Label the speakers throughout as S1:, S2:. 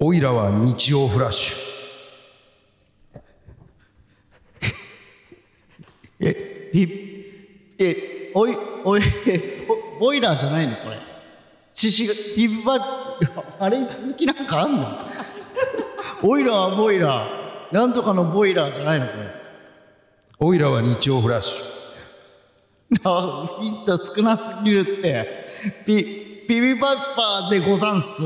S1: おいらは日曜フラッシュ。
S2: え、ピえ、おい、おい、えボボイラーじゃないのこれ。獅子が、ピッバ、 あれ続きなんかあんのオイラー、ボイラー。なんとかのボイラーじゃないのこれ。
S1: おいらは日曜フラッシュ。
S2: なヒント少なすぎるって。ピ、ピピパッパーでござんす。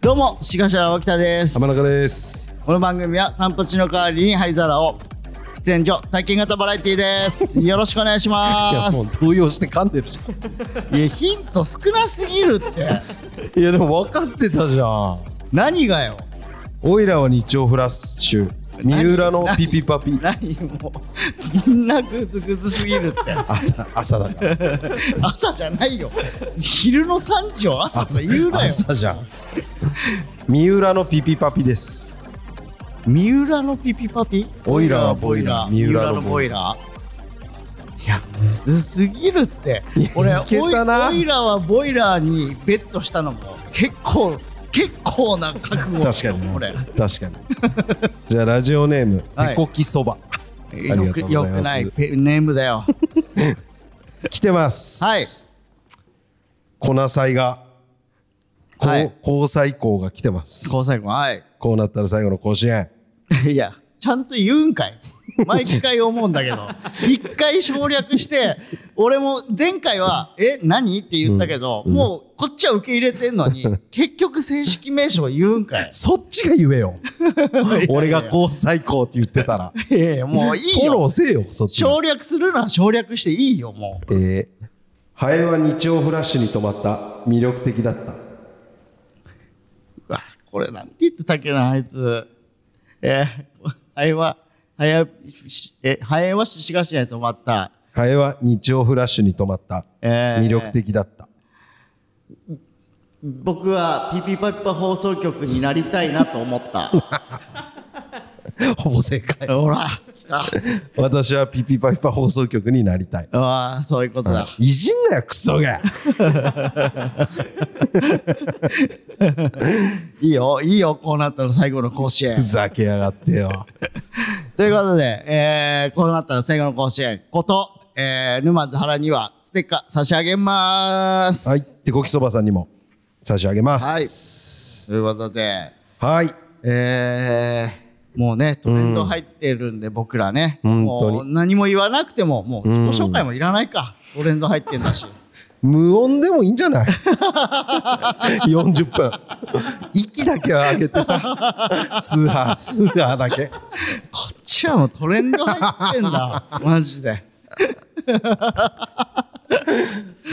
S2: どうも、しがしら脇田です。
S1: 浜中です。
S2: この番組は散歩地の代わりに灰皿を喫煙所体験型バラエテ ィです。よろしくお願いし
S1: いや
S2: ま
S1: もう
S2: す。
S1: 動揺して噛んでるじ
S2: いやヒント少なすぎるって。
S1: ゃん。いやでも分かってたじゃん。
S2: 何がよ。
S1: おいらは日曜フラッシュ。三浦のピピパピ。
S2: 何もうみんなグズグズすぎるって。
S1: 朝朝だから。
S2: 朝じゃないよ。昼の3時を朝と言うなよ。
S1: 朝じゃん。三浦のピピパピです。
S2: 三浦のピピパピ
S1: オイラはボイラー
S2: 三
S1: 三
S2: 浦
S1: 浦
S2: の
S1: の
S2: ボ
S1: ボ
S2: イ
S1: イ
S2: ラーいやむずすぎるって
S1: いや
S2: 俺
S1: いけたな
S2: オイオイラはボイラーにベットしたのも結構結構な覚悟
S1: 確かに
S2: これ
S1: ね。確かに。じゃあラジオネーム
S2: はい
S1: 手こきそば。りがとうご
S2: よ
S1: ざ
S2: く
S1: います
S2: よくないペネームだよ
S1: 来てます。
S2: はい。
S1: 粉祭が。こう
S2: はい
S1: 高最高が来てます。
S2: 高裁君はい
S1: こうなったら最後の甲子園。
S2: いやちゃんと言うんかい毎回思うんだけど一回省略して俺も前回は「え何?」って言ったけど、もうこっちは受け入れてんの に結局正式名称言うんかい
S1: そっちが言えよ。 俺が高最高って言ってた ら。
S2: いやいやもういい
S1: フォロ
S2: よ
S1: ーせえよ、そっちが。
S2: 省略するなら省略していいよも
S1: えー、ハエは日曜フラッシュに止まった。魅力的だった。
S2: ううわこれなんて言ってたっけなあいつえー、ハエはハエはしえハエは獅子頭に止まった
S1: ハエは日曜フラッシュに止まった。
S2: えー
S1: 魅力的だった。
S2: 僕はピピパピパ放送局になりたいなと思った
S1: ほぼ正 解。
S2: ほら、来た。
S1: 私はピピパピパ放送局になりたい。
S2: ああ、そういうことだ。
S1: いじんなよ、クソ が。
S2: いいよ、いいよ、こうなったら最後の甲子園
S1: ふ。ざけやがってよ。
S2: ということで、えー、こうなったら最後の甲子園こと、えー、沼津原にはステッカー差し上げます。
S1: はい。手こきそばさんにも差し上げます。
S2: ということで、
S1: はい。
S2: えー、もうね、トレンド入ってるんで、僕らね、
S1: 本当に
S2: もう何も言わなくても、もう自己紹介もいらないか。トレンド入ってん だし。
S1: 無音でもいいんじゃない ?40 分。息だけは上げてさ、スーハー、スーハーだけ。
S2: こっちはもうトレンド入ってんだ。 マジで。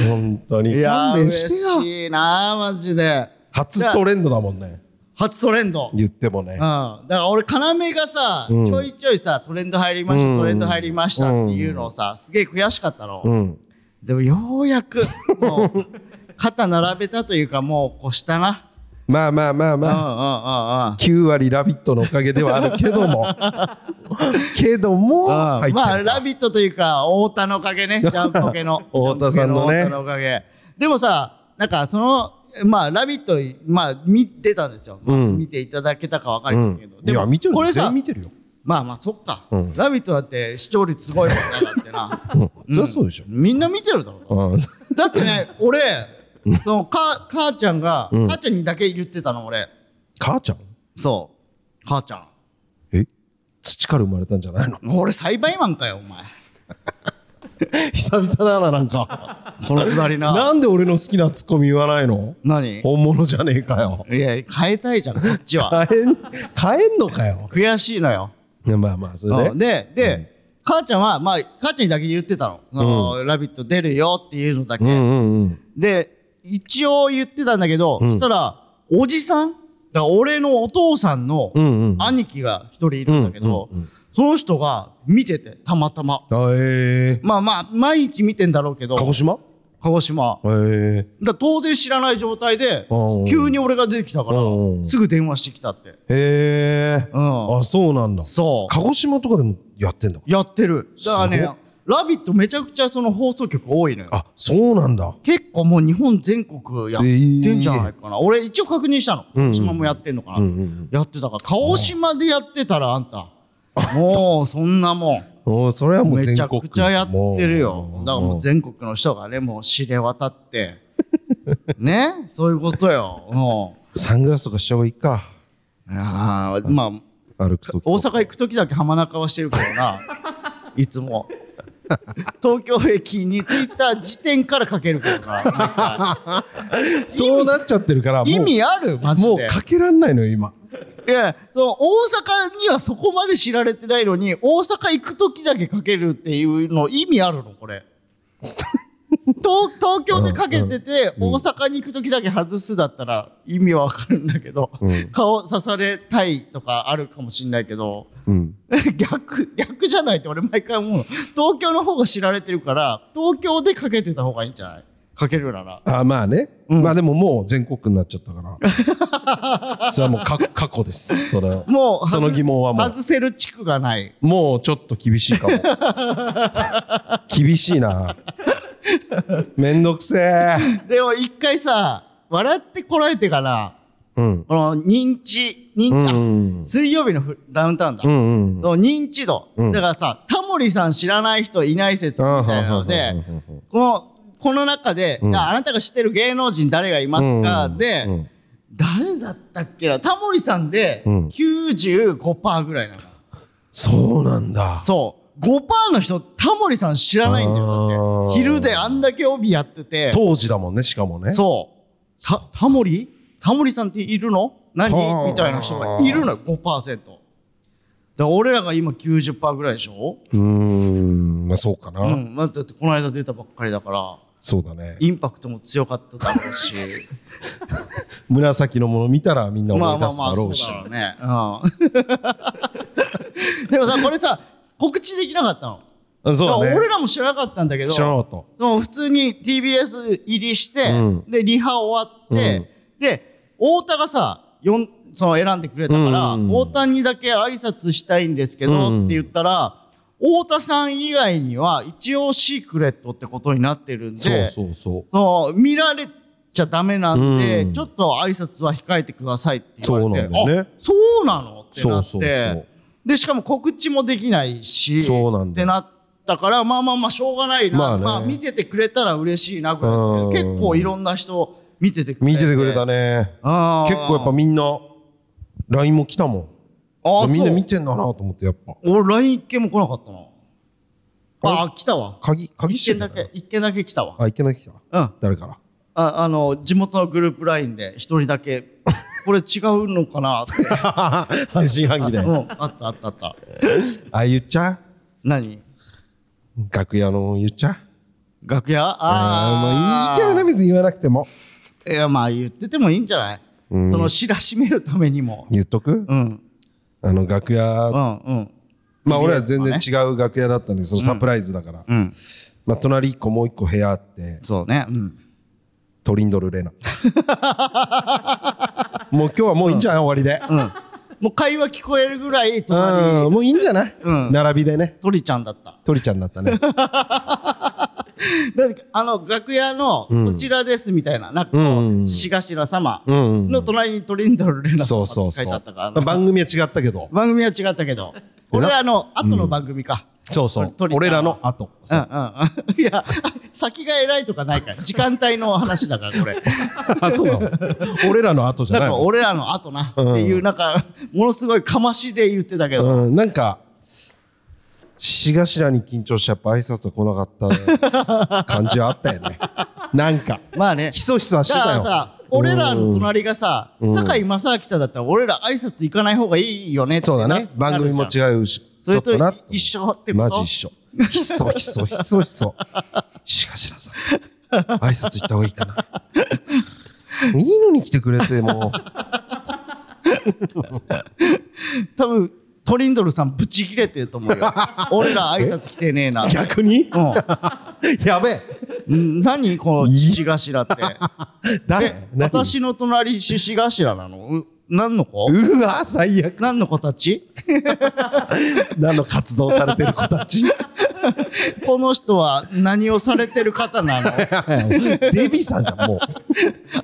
S1: 本当に。
S2: いやー、
S1: 勘弁し
S2: 嬉
S1: てよ。
S2: しいなー、マジで。
S1: 初トレンドだもんね。
S2: 初トレンド。
S1: 言っても
S2: う
S1: ね
S2: ん、だ。から俺要がさ、ちょいちょいさトレンド入りました、トレンド入りましたっていうのをさすげえ悔しかったの、
S1: うん。
S2: でもようやくもう 肩並べたというかもう越したな
S1: まあまあまあ
S2: うんうん
S1: まあ。
S2: うんうん
S1: 9割ラビットのおかげではあるけど も。けども、入って
S2: うん
S1: る
S2: まあ「ラビット!」というか太田のおか げねジャンポケの
S1: 太田さんのね
S2: ジャンポケ太田のおかげでもさなんかそのまあ「ラビット!」まあ見てたんですよ、
S1: うん
S2: 見ていただけたかわかりますけど、
S1: い
S2: でも
S1: や、見てる
S2: これ
S1: よ。全
S2: さ
S1: 員見てるよ。
S2: まあまあそっか「
S1: うん
S2: ラビット!」だって視聴率すごいもんなだってな
S1: うん。そりゃそうでしょ。
S2: みんな見てるだろ
S1: うん。
S2: だってね俺そのか母ちゃんが、母ちゃんにだけ言ってたの俺
S1: 母ちゃん
S2: そう母ちゃん
S1: え土から生まれたんじゃないの
S2: 俺栽培マンかよお前
S1: 久々だな、なんか。
S2: このくだりな
S1: なんで俺の好きなツッコミ言わないの
S2: 何い
S1: 本物じゃねえかよ。
S2: や変えたいじゃんこっ ちは
S1: 変えん、変えんのかよ。
S2: 悔しいのよ
S1: まあまあ、それ
S2: うん
S1: で。
S2: でで、母ちゃんはまあ母ちゃんにだけ言ってたの「そのラビット!」出るよっていうのだけ、
S1: うんうんうん。
S2: で一応言ってたんだけど、そしたらおじさんだから俺のお父さんの
S1: うんうん。
S2: 兄貴が一人いるんだけど、その人が見ててたまたま
S1: あえー。
S2: まあまあ、毎日見てんだろうけど、
S1: 鹿児島
S2: 鹿児島。
S1: えー。
S2: だから当然知らない状態で
S1: うんうん、
S2: 急に俺が出てきたから
S1: うんう、ん
S2: すぐ電話してきたって。
S1: へえ、
S2: うん
S1: あそうなんだ
S2: そう
S1: 鹿児島とかでもやってんだ
S2: やってる。だから
S1: す
S2: ね
S1: ごっ、
S2: 「ラビット!」めちゃくちゃその放送局多いのよ
S1: あそうなんだ
S2: 結構もう日本全国やってんじゃないかな、俺一応確認したの、
S1: うんうん
S2: 島もやってんのかな、
S1: うんうんうん
S2: やってたから鹿児島でやってたらあんたもうそんなもん
S1: おーそれはもう
S2: め
S1: 全
S2: ちゃ
S1: 国
S2: くちゃやってるよ
S1: もう
S2: だからもう全国の人がねもう知れ渡って ねそういうことよも
S1: サングラスとかした方がいいか
S2: ういやーまあ
S1: 歩くとき
S2: 大阪行く時だけ浜中はしてるから ないつも東京駅に着いた時点からかけるからななんか
S1: そうなっちゃってるからもう
S2: 意味あるマジで
S1: もうかけらんないのよ今
S2: いやその大阪にはそこまで知られてないのに大阪行く時だけかけるっていうの意味あるのこ れ東東京でかけてて、大阪に行く時だけ外すだったら意味はわかるんだけど、
S1: うん
S2: 顔刺されたいとかあるかもしんないけど
S1: うん
S2: え逆逆じゃないって俺毎回思うの東京の方が知られてるから東京でかけてた方がいいんじゃないかけるなら
S1: あまあね、
S2: うん
S1: まあでももう全国区になっちゃったから それはもう過過去ですそれは
S2: もう
S1: その疑問はもう
S2: 外せる地区がない
S1: もうちょっと厳しいかも 厳しいなめんどくせえ
S2: でも一回さ笑ってこらえてから
S1: うん
S2: この認知認知、あ
S1: うん
S2: 水曜日のフダウンタウンだ、
S1: うんうん
S2: の認知度、
S1: うん
S2: だからさタモリさん知らない人いない説みたいなので、
S1: うんうんうんうんうん
S2: このこの中で、
S1: うん
S2: ああなたが知ってる芸能人誰がいますか、
S1: うん
S2: で、
S1: うん
S2: 誰だったっけなタモリさんで
S1: うん
S2: 95%ぐらいなの、
S1: そうなんだ
S2: そう5%の人タモリさん知らないんだよだ
S1: あ
S2: っ
S1: ー
S2: て昼であんだけ帯やってて
S1: 当時だもんねしかもね
S2: そうたタモリタモリさんっているの何
S1: はあ
S2: みたいな人がいるのよ5%だから俺らが今90%ぐらいでしょ
S1: うーんまあそうかな、
S2: うん、だってこの間出たばっかりだから
S1: そうだね
S2: インパクトも強かっただろうし
S1: 紫のもの見たらみんな
S2: まあ
S1: 思い
S2: ま
S1: 出
S2: あ
S1: す
S2: ま
S1: だ
S2: あ
S1: ろ
S2: そう
S1: うし
S2: だろうね、うん、 でもさこれさ告知できなかったの
S1: うんそうだ
S2: だから
S1: ね
S2: 俺らも知らなかったんだけど
S1: 知らなかっ
S2: そう普通に TBS 入りして、
S1: うん
S2: でリハ終わって、で太田がさよんその選んでくれたから、
S1: うん
S2: 太田にだけ挨拶したいんですけど、
S1: うん
S2: って言ったら太田さん以外には一応シークレットってことになってるんで
S1: たそうそうそう
S2: そう見られちゃダメなんで、
S1: うん
S2: ちょっと挨拶は控えてくださいって言われ
S1: そうなん
S2: て
S1: だよね
S2: あそうなのってなって
S1: そうそうそう
S2: でしかも告知もできないし
S1: そうなんだ
S2: って
S1: よ
S2: なったからまあまあまあしょうがないな、ま
S1: ま
S2: あ
S1: あね
S2: 見ててくれたら嬉しいなぐらいだけど
S1: うん
S2: 結構いろんな人見ててくれて
S1: 見ててくれたね
S2: あー
S1: 結構やっぱみんな LINE も来たも
S2: あー
S1: んみんな
S2: そう
S1: 見てんだなと思ってやっぱ
S2: 俺 LINE 一件も来なかったなああ来たわ
S1: 鍵鍵
S2: 一
S1: して
S2: 件
S1: ん
S2: だ
S1: だ
S2: け一件だけ来たわ
S1: あいけない来た
S2: うん
S1: 誰から
S2: ああの地元のグループ LINE で一人だけ これ違うのかなって
S1: 半信半疑で
S2: うん、あったあったあった。
S1: あ言っちゃ
S2: 何
S1: う楽屋の言っちゃう
S2: 楽屋
S1: あ
S2: あ
S1: ーまあいいけどね別に言わなくても
S2: いや、まあ言っててもいいんじゃない、その知らしめるためにも。
S1: 言っとく
S2: うん、
S1: あの楽屋
S2: うん、うん。
S1: まあ俺は全
S2: いい
S1: 然違
S2: で
S1: う楽屋だったんでそのサプライズだから
S2: うん、
S1: まあ隣一個もう一個部屋あって
S2: そうね。うん。
S1: トリンドル レナもう今日はもういいんじゃない終わりで
S2: うん、もう会話聞こえるぐらい隣に、
S1: うんもういいんじゃない
S2: うん
S1: 並びでね
S2: 鳥ちゃんだ った。
S1: トリちゃんだった ね
S2: だってあの、楽屋の、こちらですみたいな、なんかこう、
S1: うんうんうん
S2: しがしら様
S1: うんうん
S2: の隣にトリンドルレナ
S1: そ
S2: 様
S1: うそう
S2: って書い
S1: そ
S2: てあっ
S1: う
S2: たから、
S1: まあ番組は違ったけど
S2: 番組は違ったけど、俺らの後の番組か。
S1: そうそう
S2: 鳥ちゃん
S1: 俺らの 後
S2: うんうん うん。いや、先が偉いとかないから、時間帯の話だから、これ。
S1: あそうなの俺らの後じゃ
S2: なん
S1: ない
S2: か
S1: の
S2: 俺らの後なっていう、なんか、ものすごいかましで言ってたけど、
S1: うんなんかしがしらに緊張してやっぱ挨拶が来なかった 感じはあったよねなんか
S2: まあね。
S1: ひそひそはして
S2: だか
S1: た
S2: ら
S1: よ
S2: さ、俺らの隣がさ、酒井正明さんだったら、俺ら挨拶行かない方がいいよねって
S1: そうだね
S2: な
S1: 番組も
S2: なるじゃん
S1: 違うし
S2: それ
S1: ちょっ
S2: と
S1: なと思
S2: 一緒ってこ
S1: マ
S2: と
S1: ジ一緒ひそひそひそひそしがしらさん挨拶行った方がいいかないいのに来てくれても
S2: 多分、トリンドルさんブチ切れてると思う よ。俺ら挨拶来てねえな
S1: う。逆にやべえ
S2: う ん。何この獅子頭って。
S1: 誰
S2: え
S1: 何
S2: 私の隣獅子頭なのう何の子
S1: うわ、最悪。
S2: 何の子たち
S1: 何の活動されてる子たち。
S2: この人は何をされてる方 なの
S1: デビさんがもう、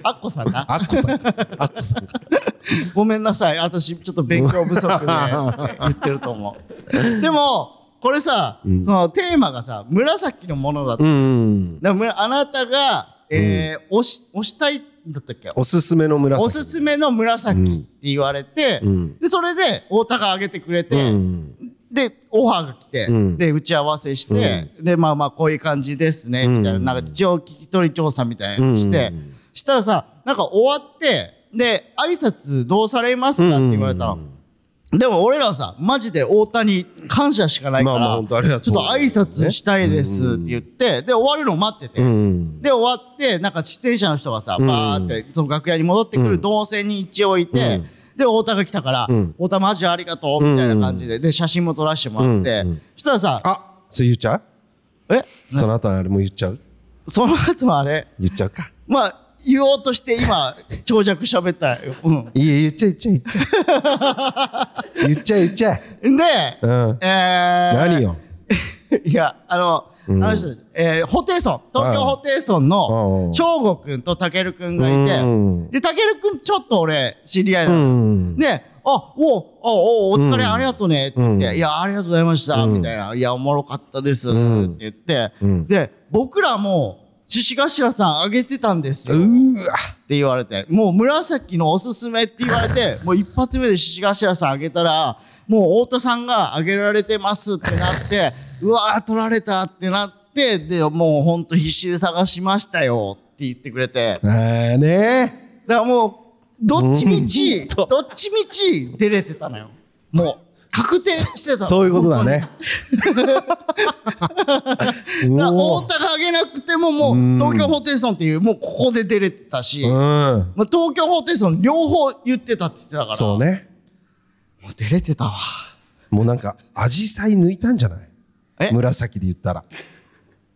S2: アッコさんだ
S1: アッコさんが、アッコさんが。
S2: ごめんなさい私ちょっと勉強不足 で言ってると思うでもこれさ、
S1: うん
S2: そのテーマがさ紫のものだった、
S1: うん。
S2: だからむらあなたが、えー押し押したいんだったっけ
S1: おすすめの紫。
S2: おすすめの紫って言われて、
S1: うん
S2: でそれで太田が上げてくれて、
S1: うん。
S2: でオファーが来て、
S1: うん
S2: で打ち合わせして、でまあまあこういう感じですね、みたいななんか一応聞き取り調査みたいなのして、
S1: うん
S2: したらさなんか終わってで挨拶どうされますかって言われたの、でも俺らさマジで太田に感謝しかないから、
S1: まあまあ本当ありが
S2: ち
S1: と
S2: ょ
S1: う
S2: っと挨拶したいですって言って、で終わるのを待ってて、
S1: うん。
S2: で終わってなんか自転車の人がさ、
S1: ん
S2: バーってその楽屋に戻ってくる動線に一応いて、
S1: うん
S2: で太田が来たから「
S1: うん
S2: 太田マジありがとう」みたいな感じでで写真も撮らせてもらって、
S1: うんうん
S2: そしたらさ
S1: あ、それ言っちゃう
S2: え
S1: その後あれも言っちゃう
S2: その後はあれ
S1: 言っちゃうか。
S2: まあ言おうとして 今長尺喋ったよ、うん
S1: いいえ、言っちゃ え、言っちゃえ。言っちゃえ、言
S2: で、
S1: っちゃえ。うん。
S2: えー、
S1: 何よ。
S2: いや、あの、
S1: うん
S2: あの人たち、えー、ホテイソン、東京
S1: はい
S2: ホテイソン
S1: う
S2: の
S1: ん、
S2: 翔吾くんとたけるくんがいて
S1: うん、
S2: で、たけるくんちょっと俺、知り合いうなの。
S1: ん。
S2: で、あ、おうおうおうお疲れ、ありがとうね、って言っ
S1: う
S2: て、
S1: ん
S2: いや、ありがとうございました、
S1: うん
S2: みたいな、いや、おもろかったです、って
S1: ん
S2: 言って
S1: うん、
S2: で、僕らも、獅子頭さんあげてたんですよ。
S1: うわ。
S2: って言われて、もう紫のおすすめって言わ れて、もう一発目で獅子頭さんあげたら、もう太田さんがあげられてますってな って、うわー取られたってなって、で、もうほんと必死で探しましたよって言ってくれて、
S1: あーね
S2: だからもう、どっちみち、どっちみち出れてたのよ。もう、確定してたの。
S1: そういうことだね。
S2: 本当に。だから
S1: お
S2: 太田があげなくても、もう、東京ホテイソンっていう、もうここで出れてたし、まあ
S1: お。うん。
S2: 東京ホテイソン両方言ってたって言ってたから。
S1: そうね。
S2: もう出れてたわ。
S1: もうなんか、アジサイ抜いたんじゃない
S2: え
S1: 紫で言ったら。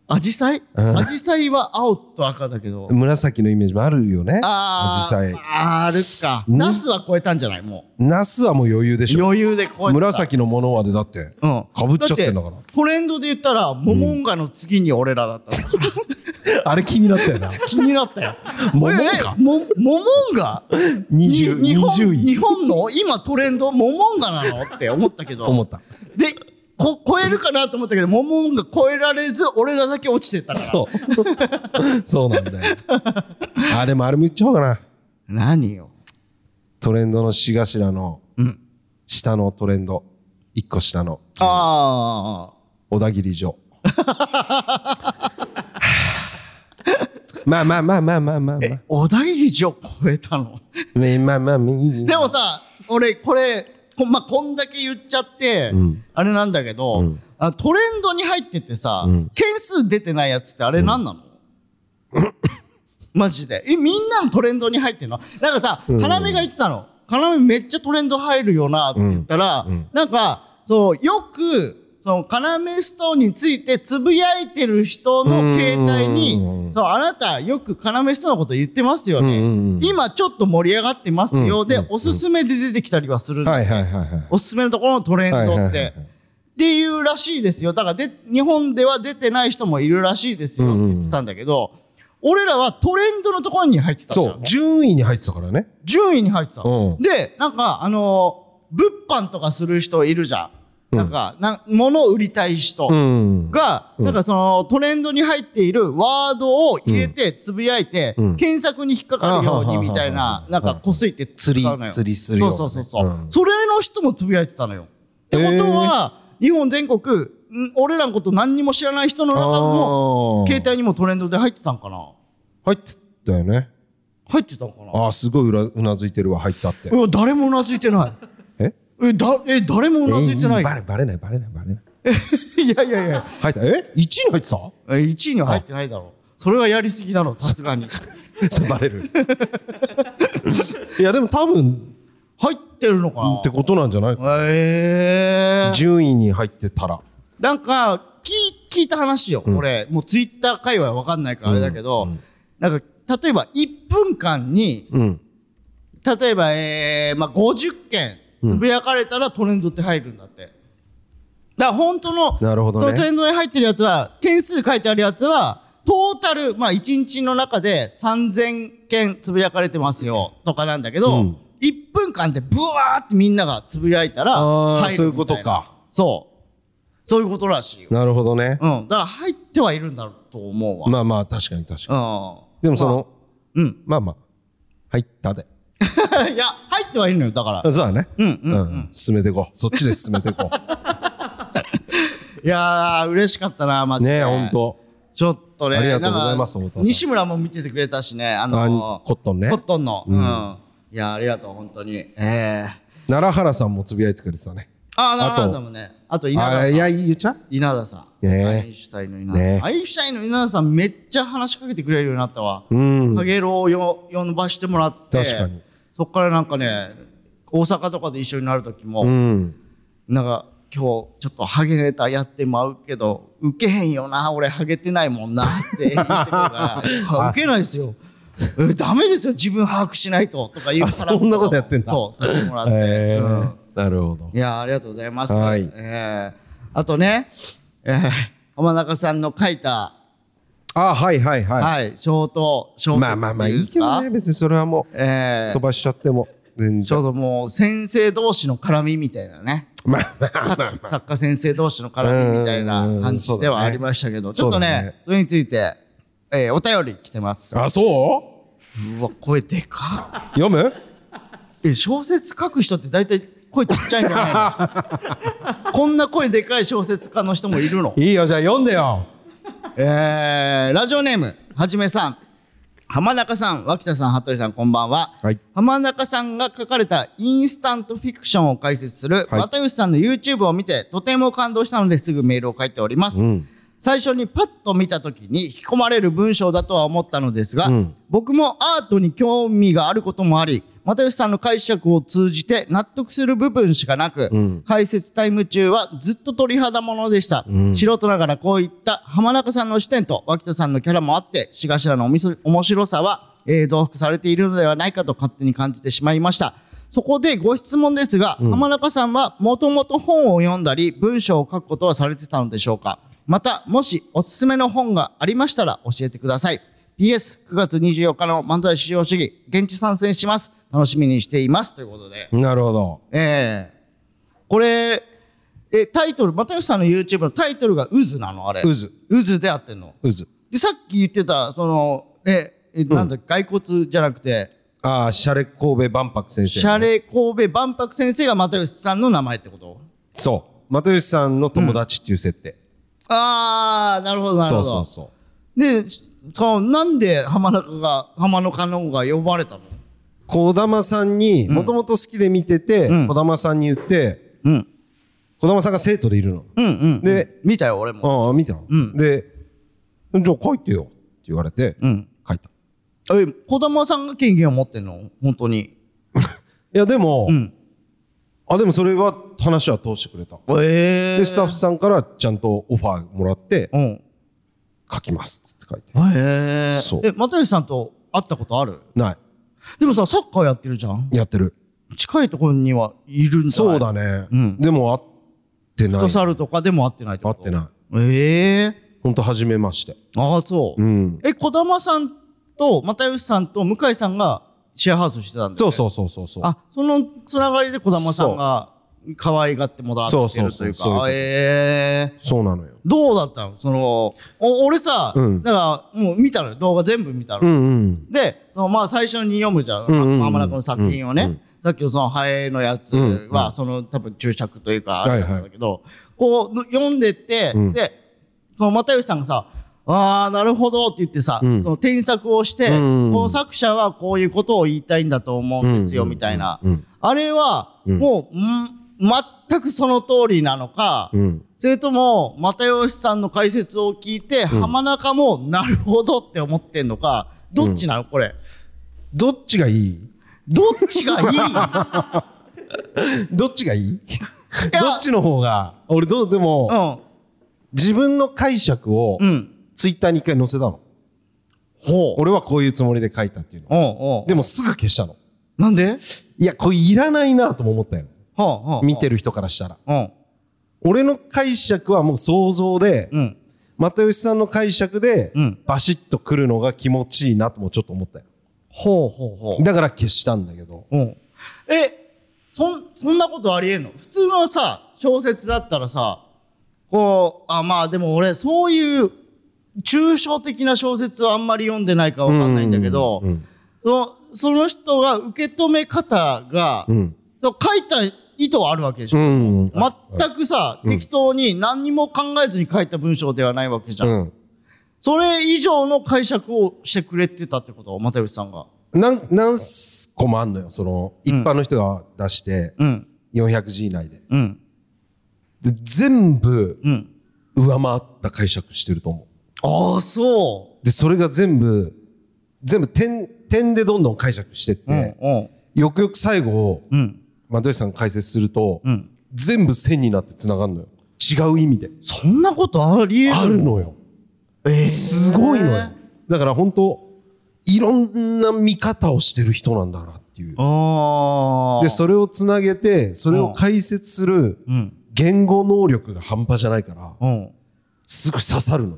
S2: アジサイアジサイは青と赤だけど。
S1: 紫のイメージもあるよね。ア
S2: あ
S1: ジ
S2: ー
S1: サイ。
S2: あるか。ナスは超えたんじゃないも
S1: ナスはもう余裕でし
S2: う。
S1: ょ。
S2: 余裕で超えてた。。
S1: 紫のものはでだって、
S2: うん。
S1: かぶっちゃってんだから
S2: てトレンドで言ったら、モモンガの次に俺らだった。
S1: あれ気になったよな。
S2: 気になったよ。
S1: モモンガ
S2: ええもモモンガ
S1: 20
S2: に日本
S1: 20位
S2: 日本の今トレンド、モモンガなのって思ったけど。
S1: 思った。
S2: で、こ超えるかなと思ったけど、モモンガ超えられず、俺らだけ落ちてったから。
S1: そう。そうなんだよ。あ、でもあれも言っちゃおうかな。
S2: 何よ。
S1: トレンドのし頭の、
S2: うん。
S1: 下のトレンド。一個下の、
S2: ああ。
S1: 小田切 城。まあまあまあまあまあまあまあ。
S2: 小田切城超えたの
S1: ねまあまあ、いい
S2: でもさ俺これこ,、まあ、こんだけ言っちゃって、
S1: うん
S2: あれなんだけど、
S1: うん
S2: あトレンドに入っててさ、
S1: うん
S2: 件数出てないやつってあれ何 なの、マジでえみんなのトレンドに入ってんのなんかさ要が言ってたの要めっちゃトレンド入るよなって言ったら、なんかそうよくその要ストーンについてつぶやいてる人の携帯に、
S1: うん
S2: そうあなたよく要人のこと言ってますよね、
S1: うんうんうん
S2: 今ちょっと盛り上がってますよ、
S1: うん
S2: で、
S1: うん
S2: おすすめで出てきたりはするの、
S1: はいはいはいはい。
S2: おすすめのところのトレンドって、
S1: はいはいはいはい
S2: っていうらしいですよだからで日本では出てない人もいるらしいですよって言ってたんだけど、俺らはトレンドのところに入ってたんだ
S1: そ
S2: よ
S1: う、順位に入ってたからね。
S2: 順位に入ってたの、
S1: うん
S2: でなんかあのー物販とかする人いるじゃんなんか、なん物を売りたい人、
S1: ん。
S2: が、なんかそのトレンドに入っているワードを入れてつぶやいて、
S1: うん
S2: 検索に引っかかるように
S1: うん
S2: みたいな、
S1: うん
S2: なんかこすいて
S1: 釣り
S2: 使うのよ
S1: 釣りするようなね
S2: そうそうそうそう、
S1: うん
S2: それの人もつぶやいてたのよ。ってことは、日本全国、ん俺らのこと何にも知らない人の中も、
S1: あー
S2: 携帯にもトレンドで入ってたんかな
S1: 入ってたよね。
S2: 入ってたんかな
S1: ああ、すごいうらうなずいてるわ、入ったって。
S2: うわ誰もうなずいてない。
S1: え
S2: え、だ、え、誰もうなずいてな
S1: え
S2: い。
S1: ーバレバレない、バレない、バレない。
S2: いやいやいや、
S1: 入った。え ?1 位に入って た
S2: え1位には入ってないだろう。それはやりすぎだろう、さすが に。
S1: そうバレる。 いや、でも多分、
S2: 入ってるのかな
S1: ってことなんじゃない
S2: ええ
S1: 順位に入ってたら。
S2: なんか聞い聞いた話よ、俺もうツイッター界隈わかんないからあれだけど、なんか例えば1分間に
S1: うん。
S2: 例えば、えーまあ、50件つぶやかれたらトレンドって入るんだって、だから本当の
S1: なるほどね
S2: そのトレンドに入ってるやつは件数書いてあるやつはトータル、まあ、1日の中で3000件つぶやかれてますよとかなんだけど、
S1: うん
S2: 1分間でブワーってみんながつぶやいたら
S1: あー
S2: 入るみたいな
S1: そういうことか
S2: そうそういうことらしいよ、
S1: なるほどね。
S2: うん、だから入ってはいるんだろうと思うわ、
S1: まあまあ、確かに確かに。
S2: うん、
S1: でもその、
S2: うん。
S1: まあまあ、入ったで。
S2: いや、入ってはいるのよ、だから
S1: あ。そうだね。
S2: うん、うん。
S1: うん。進めていこう。そっちで進めていこ
S2: いやー、嬉しかったな、マ
S1: う。
S2: ジで。
S1: ねえ、ほんと。
S2: ちょっとね。
S1: ありがとうございます
S2: なん
S1: 太田
S2: か
S1: さん
S2: 西村も見ててくれたしね、あの
S1: あ
S2: ー
S1: コットンね
S2: コットンの。
S1: う
S2: うんん。いやー、ありがとう、本当に。ええ
S1: 奈良原さんもつぶやいてくれてたね。
S2: あー、な
S1: あ
S2: る
S1: と
S2: ほどもね。あと、稲田
S1: あ
S2: さ
S1: い
S2: ん。
S1: や、言っちゃう
S2: 稲田さん。
S1: ねえ
S2: アインシュタインの稲田さん。
S1: ねえ
S2: アインシュタインの稲田さん、めっちゃ話しかけてくれるようになったわ。
S1: うん。
S2: ハゲロをよ呼ばしてもらって。
S1: 確かに。
S2: そっからなんかね、大阪とかで一緒になる時も、
S1: うん。
S2: なんか今日ちょっとハゲネタやってまうけど受けへんよな俺ハゲてないもんなって言ってくるから受けないですよえダメですよ自分把握しないととか言うから
S1: あそんなことやってんだ
S2: そうさせてもらって、
S1: え
S2: うん
S1: ーなるほど。
S2: いやありがとうございます、
S1: はい
S2: えーあとね、えー、浜中さんの書いた、
S1: あ、はいはいは
S2: はい、ショート小
S1: い。
S2: 説
S1: まあまあまあ、
S2: ってい
S1: い
S2: うん
S1: い
S2: で
S1: け
S2: すか
S1: どね。別にそれはもう、
S2: え
S1: 飛ばしちゃっても、全
S2: ーちょ
S1: 然。
S2: うどもう先生同士の絡みみたいなね
S1: まあまあまあ。
S2: 作作家先生同士の絡みみたいな感じではありましたけど、
S1: ん
S2: ちょっとね
S1: そうだ
S2: そ
S1: ね
S2: れについて、えーお便り来てます
S1: あ、そう
S2: わ声でかっ
S1: う読む
S2: え小説書く人って大体声ちっちゃいんじゃな いのこんな声でかい小説家の人もいるの
S1: いいよ、じゃあ読んでよ。
S2: えーラジオネームはじめさん浜中さん脇田さん服部さんこんばんは、
S1: はい
S2: 浜中さんが書かれたインスタントフィクションを解説する
S1: はい
S2: 又吉さんの YouTube を見てとても感動したのですぐメールを書いております、
S1: ん
S2: 最初にパッと見た時に引き込まれる文章だとは思ったのですが、僕もアートに興味があることもあり又吉さんの解釈を通じて納得する部分しかなく、解説タイム中はずっと鳥肌ものでした、素人ながらこういった浜中さんの視点と脇田さんのキャラもあって志頭のおみそ面白さは、えー増幅されているのではないかと勝手に感じてしまいましたそこでご質問ですが、浜中さんはもともと本を読んだり文章を書くことはされてたのでしょうかまたもしおすすめの本がありましたら教えてください PS9 月24日の漫才資料主義現地参戦します楽しみにしていますということで
S1: なるほど。
S2: ええこれえタイトル又吉さんの YouTube のタイトルが「渦」なのあれ
S1: うず、
S2: 渦であってんの
S1: うず。
S2: でさっき言ってたそのええなんだ、骸骨じゃなくて
S1: ああ、シャレ神戸万博先生。
S2: シャレ神戸万博先生が又吉さんの名前ってこと
S1: そう。又吉さんの友達っていう設定。
S2: ああなるほどなる
S1: そ
S2: ほ
S1: う
S2: ど
S1: そうそう。
S2: でしそのなんで浜中が浜中の方が呼ばれたの
S1: 児玉さんにもともと好きで見てて、
S2: ん
S1: 児玉さんに言って
S2: うん
S1: 児玉さんが生徒でいるの、
S2: うんうん
S1: で
S2: 見たよ俺も
S1: ああ見た、で「じゃあ書いてよ」って言われて、
S2: ん
S1: 書いたい
S2: え児玉さんが権限を持ってんの本当に
S1: やでも、
S2: ん
S1: あでもそれは話は通してくれた、
S2: ええ
S1: でスタッフさんからちゃんとオファーもらって
S2: うん
S1: 「書きます」って書いて
S2: へえ。
S1: そう
S2: え、又吉さんと会ったことある
S1: な
S2: でもさ、サッカーやってるじゃん
S1: いやってる
S2: 近いところにはいるんだ。
S1: そう。だね、
S2: うん
S1: でも会ってな
S2: フ
S1: い
S2: ット
S1: 会
S2: サルとかでも会ってないってこと。
S1: ってない
S2: ええ
S1: ほんと初めまして
S2: ああ、そう。
S1: うん
S2: え、児玉さんと又吉さんと向井さんがシェアハウスしてたんだよ
S1: そ
S2: ね
S1: うそうそうそうそう
S2: あ、そのつながりで児玉さんが可愛がってもらって
S1: そうそう
S2: る
S1: そ
S2: と
S1: う
S2: いうか
S1: そういうこ。と
S2: あええ。
S1: そうなのよ
S2: どうだったのその、お俺さ、
S1: うん
S2: だからもう見たのよ。動画全部見たの
S1: う。んうん
S2: でそのまあ最初に読むじゃん
S1: んうんうん
S2: 浜中の作品をね、さっきのそのハエのやつはその多分注釈というかあれだったんだけど、こうの読んでって、
S1: うん
S2: でその又吉さんがさ「ああなるほど」って言ってさ、
S1: ん
S2: その添削をして、
S1: んうんうん
S2: この作者はこういうことを言いたいんだと思うんですよ、
S1: うんうんうん
S2: みたいな、
S1: うん
S2: あれはもう、ん全くその通りなのか、
S1: うん
S2: それとも、又吉さんの解説を聞いて、浜中もなるほどって思ってんのか、どっちなのこれ。
S1: どっちがいい
S2: どっちがいい
S1: どっちがいい
S2: や
S1: どっちの方が俺 どうでも、
S2: うん。
S1: 自分の解釈を
S2: うん。
S1: ツイッターに一回載せたの、
S2: ほう。
S1: 俺はこういうつもりで書いたっていうの
S2: うんうん。
S1: でもすぐ消したの
S2: なんで
S1: いや、これいらないなとも思ったよ。
S2: はあ、はあ、
S1: 見て
S2: る。
S1: る人からしたら。
S2: うん。
S1: 俺の解釈はもう想像で、
S2: うん。
S1: 又吉さんの解釈で
S2: うん、
S1: バシッと来るのが気持ちいいなともちょっと思ったよ。
S2: ほうほうほ
S1: だから消したんだけど。
S2: う。うん。え、そん、そんなことありえんの普通のさ、小説だったらさ、こう、あ、まあでも俺、そういう、抽象的な小説はあんまり読んでないからわかんないんだけど、
S1: うんうん
S2: その、その人が受け止め方が、
S1: うん。
S2: と書いた意図はあるわけでし
S1: う
S2: ょ、
S1: ん。うん。
S2: 全くさ、適当に何にも考えずに書いた文章ではないわけじゃん。
S1: うん。
S2: それ以上の解釈をしてくれてたってこと又吉さんが。
S1: なん何個もあんのよ。その、一般の人が出して、
S2: うん。
S1: 400字以内で。
S2: うん。
S1: で全部
S2: うん。
S1: 上回った解釈してると思。
S2: ああ、そう
S1: で、それが全部、全部点、点でどんどん解釈してっ
S2: う。うん
S1: て、。
S2: うん。
S1: よくよく最後、
S2: うん。
S1: 又吉さんが解説すると、
S2: うん。
S1: 全部線になって繋がるのよ。違う意味で。
S2: そんなことありえる
S1: あるのよ。
S2: えー
S1: すごいのよ。だから本当、いろんな見方をしてる人なんだなっていう。
S2: ああ。
S1: で、それをつなげて、それを解説する
S2: うん。
S1: 言語能力が半端じゃないから、
S2: うん。
S1: すぐ刺さるの。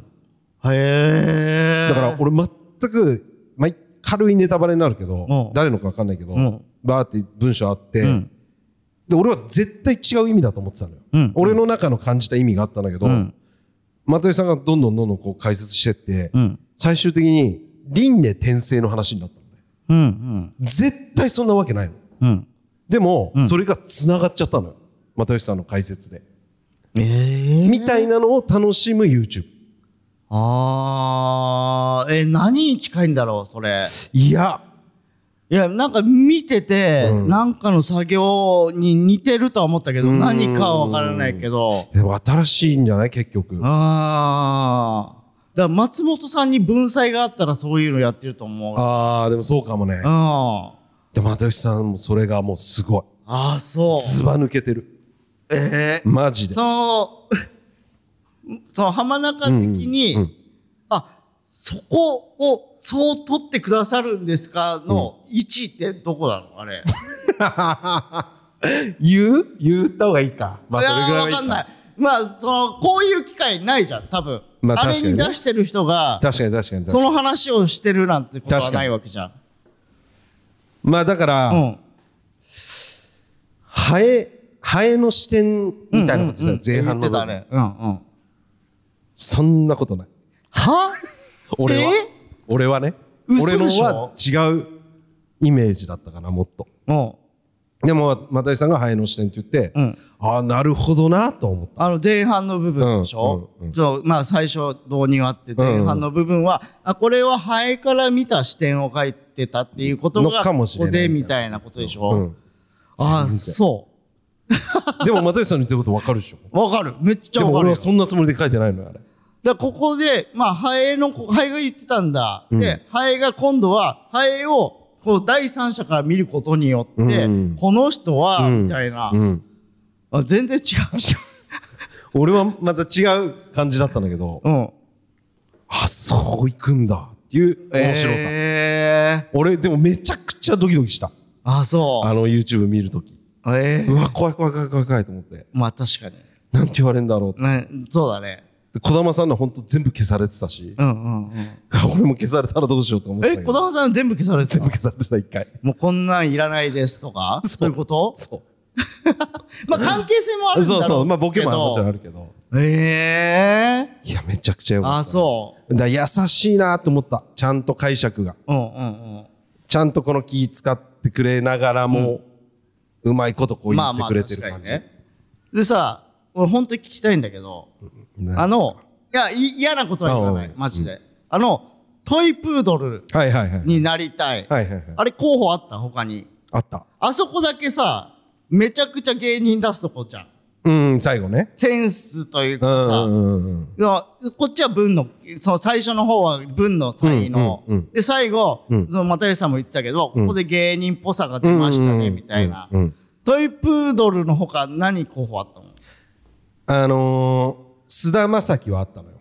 S2: へえ。
S1: だから、俺全く、まあ、軽いネタバレになるけ
S2: うん
S1: ど、誰のか分かんないけど
S2: うん、
S1: バーって文章あって
S2: うん、
S1: で、俺は絶対違う意味だと思ってたの
S2: うん
S1: よ。俺の中の感じた意味があったんだけど
S2: う、ん。
S1: 又吉さんがどんどんどんどんこう解説してって
S2: う、ん。
S1: 最終的に、輪廻転生の話になったのね。
S2: うん。
S1: 絶対そんなわけないの。
S2: うん。うん。
S1: でも、それが繋がっちゃったのよ。又吉さんの解説で。
S2: ええ。
S1: みたいなのを楽しむ YouTube。
S2: ああ。え、何に近いんだろう、それ。
S1: いや、
S2: いや、なんか見てて、
S1: うん
S2: なんかの作業に似てるとは思ったけど、
S1: うん
S2: 何かはわからないけど。
S1: でも新しいんじゃない結局。
S2: ああ。だから松本さんに文才があったらそういうのやってると思う。あ
S1: あー、でもそうかもね。
S2: あ。
S1: でも、又吉さんもそれがもうすごい。
S2: ああ、そう。
S1: ずば抜けてる。
S2: ええ
S1: マジで。
S2: その、 その浜中的に、
S1: うんうん
S2: あ、そこをそう取ってくださるんですかの位置ってどこなのあれ。
S1: 言う言った方がいいか。まあ、
S2: いや
S1: それぐらいはい
S2: ー
S1: いか
S2: わかんない。まあ、その、こういう機会ないじゃん、多分。
S1: まあ
S2: あ、れ
S1: 確か
S2: に
S1: に
S2: 出
S1: ね
S2: してる人が、
S1: 確かに確かに確
S2: そ
S1: かに。
S2: の話をしてるなんてことは
S1: 確かに
S2: ないわけじゃん。
S1: まあ、だから、
S2: うん。
S1: ハエ、ハエの視点みたいなこと
S2: うんうん
S1: さ、前半の
S2: 言
S1: 部
S2: ってた
S1: 分。
S2: ね。うんうん。
S1: そんなことない。
S2: は
S1: 俺は
S2: え。
S1: 俺はね。
S2: 嘘
S1: 俺の
S2: でしょ
S1: は違うイメージだったかな、もっと。
S2: うん。
S1: でも、又吉さんがハエの視点って言って
S2: うん、
S1: ああ、なるほどな、と思った。
S2: あの前半の部分でしょ、
S1: うんうんうん
S2: そうまあ最初導入あって前半の部分は、あこれはハエから見た視点を書いてたっていうことが
S1: のかもしれない
S2: ここでみたいなことでしょ、
S1: うん
S2: ああ
S1: 全然
S2: そ
S1: でも、又吉さんの言ってること分かるでしょ。
S2: うわかるめっちゃ
S1: でも、
S2: わか
S1: 俺
S2: る
S1: は
S2: よ
S1: そんなつもりで書いてないのよ、あれ。
S2: だからここで、まあ、ハエの、ハエが言ってたんだ。で、ハエが今度は、ハエを、こう、第三者から見ることによって、
S1: うん
S2: この人は、
S1: うん
S2: みたいな、
S1: うん。
S2: あ。全然違う。
S1: 俺はまた違う感じだったんだけど、
S2: うん。
S1: あ、そう行くんだっていう面白さ。
S2: えー、
S1: 俺、でもめちゃくちゃドキドキした。
S2: あ、そ
S1: あの YouTube 見るとき。
S2: う。え
S1: う
S2: ー、
S1: わ、怖い怖い怖い怖い怖いと思って。
S2: まあ、確かに。
S1: なんて言われるんだろうって
S2: ね、そうだね。
S1: で。児玉さんの本当全部消されてたし、
S2: うんうんうん。
S1: 俺も消されたらどうしようと思って
S2: え、
S1: たけど。
S2: 小玉さん全部消されて
S1: 全
S2: た
S1: 部消されてた、一回。
S2: もうこんなんいらないですとか
S1: そう
S2: そういうこと
S1: そ
S2: まあ関係性もある
S1: う。
S2: ん
S1: そ
S2: だろ
S1: ううそう。まあ、ボケももちろんあ
S2: あ
S1: るけど。
S2: る。ええ
S1: いや、めちゃくちゃよ
S2: ー。
S1: かった。。
S2: あ、そう
S1: だから優しいなと思った。ちゃんと解釈が。
S2: う。うんうんうん。
S1: ちゃんとこの気使ってくれながらも、うまいことこう言
S2: まあ
S1: って
S2: まあ
S1: くれてる
S2: 確か
S1: 感
S2: に
S1: じ。
S2: ねでさ俺本当に聞きたいんだけど
S1: な
S2: あのいやい嫌なことは言わない
S1: あうん
S2: マジであのトイプードル
S1: はいはいはい。
S2: になりたい
S1: はいはいはい。
S2: あれ候補あった他に
S1: あった。
S2: あそこだけさめちゃくちゃ芸人出すとこじゃん
S1: うん、最後ね。
S2: センスとい
S1: うん
S2: う
S1: う
S2: か
S1: んうんうん。
S2: さこっちは文のその最初の方は文の才能
S1: うんうんうん
S2: で最後
S1: うん
S2: その又吉さんも言ってたけどここで芸人っぽさが出ましたねみたいな
S1: うんうんうん
S2: トイプードルの他何候補あったの
S1: あのー、菅田将暉はあったのよ。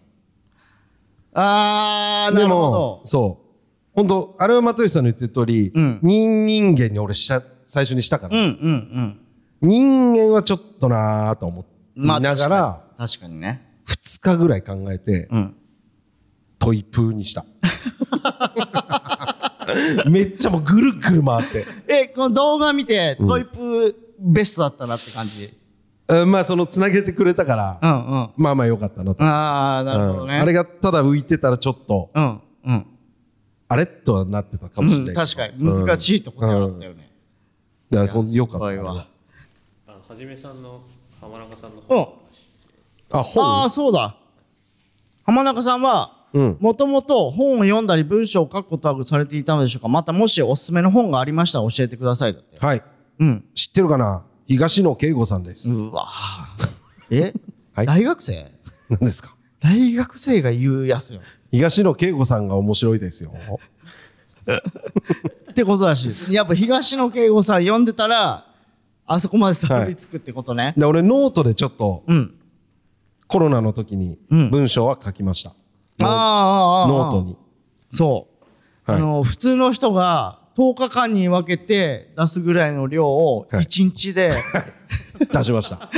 S2: あー、な
S1: で
S2: るほ
S1: も
S2: ど、。
S1: そう。本当あれは松吉さんの言ってる通り、
S2: うん
S1: 人人間に俺した、最初にしたから、
S2: うんうんうん。
S1: 人間はちょっとなぁと思い
S2: まあ、
S1: ながら、
S2: 確かに確かにね。
S1: 2日ぐらい考えて、
S2: うん。
S1: トイプーにした。 めっちゃもうぐるぐる回って。
S2: え、この動画見て、トイプベストだったなって感じ。
S1: うんまあ、その、つなげてくれたから、
S2: うんうん。あ
S1: まあまあよかったなと。
S2: あー、なるほど
S1: うん
S2: ね。
S1: あれがただ浮いてたらちょっと、
S2: うんうん。
S1: あれとはなってたかもしれ
S2: う、
S1: なんい。
S2: 確かに難しいところだったよね。
S1: だからそんよかっ
S2: すごい
S1: た
S2: わ
S1: な。
S3: あのはじめさんの浜中さんの
S2: う
S3: 本
S2: ん
S1: あ、
S2: ああ
S1: 本
S2: そうだ浜中さんは
S1: うん
S2: もともと本を読んだり文章を書くことはされていたのでしょうかまたもしおすすめの本がありましたら教えてくださいだって
S1: はい。
S2: うん
S1: 知ってるかな東野圭吾さんです。
S2: うわえ、
S1: はい
S2: 大学生
S1: 何ですか
S2: 大学生が言うやつよ
S1: 東野圭吾さんが面白いですよ。
S2: ってことらしいですやっぱ東野圭吾さん読んでたらあそこまでたどり着くってことね、
S1: で、俺ノートでちょっと
S2: うん
S1: コロナの時に
S2: うん
S1: 文章は書きました。
S2: ああああ
S1: ノートに。
S2: そう、
S1: はい
S2: あの普通の人が10日間に分けて出すぐらいの量を
S1: はい
S2: 1日で、
S1: 出しました。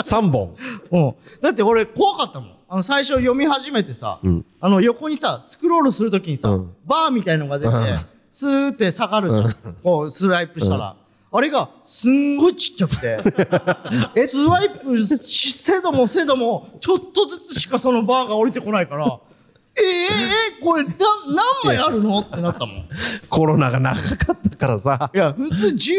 S1: 3本。
S2: うん、だって俺怖かったもんあの最初読み始めてさ、
S1: うん
S2: あの横にさスクロールするときにさ、
S1: うん
S2: バーみたいのが出て、
S1: うん
S2: スーって下がるじゃん、こうスワイプしたら、あれがすんごいちっちゃ くてえスワイプしせどもせどもちょっとずつしかそのバーが降りてこないからえー、えー、これな何枚あるのってなったもんい
S1: コロナが長かったからさ。
S2: や普通10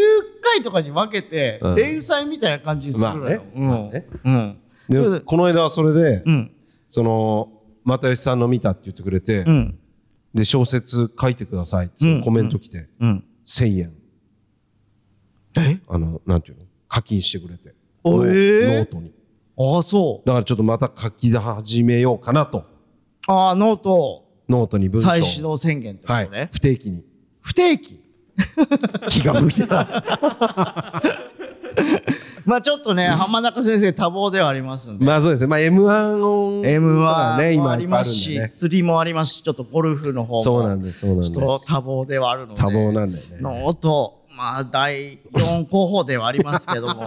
S2: 回とかに分けて
S1: うん
S2: 連載みたいな感じにするのよ、
S1: まあね
S2: うん、
S1: で
S2: うん、
S1: この間はそれで、
S2: うん
S1: その、又吉さんの見たって言ってくれて、
S2: うん
S1: で、小説書いてくださいって
S2: うん
S1: コメント来て、
S2: うん
S1: 1000円、
S2: え
S1: あの、なんていうの課金してくれて。
S2: お
S1: ノ
S2: えー
S1: ノートに。
S2: ああ、そう。
S1: だからちょっとまた書き始めようかなと。
S2: ああ、ノート、
S1: ノートに文章を。
S2: 再始動宣言ってこと
S1: は
S2: ね。
S1: い。不定期に。
S2: 不定期。
S1: 気が向いてた。
S2: まあちょっとね、浜中先生多忙ではありますんで。
S1: まあそうですね。まあ M1 を。
S2: M1
S1: ね、
S2: も
S1: 今
S2: あ
S1: い
S2: り
S1: っぱい
S2: ま
S1: あ
S2: す
S1: るん
S2: し、
S1: でね。
S2: 釣りもありますし、ちょっとゴルフの方も。
S1: そうなんです、そうなん
S2: ちょっと
S1: です。
S2: 多忙ではあるので。
S1: 多忙なんだよね。
S2: ノート、まあ第4候補ではありますけど も、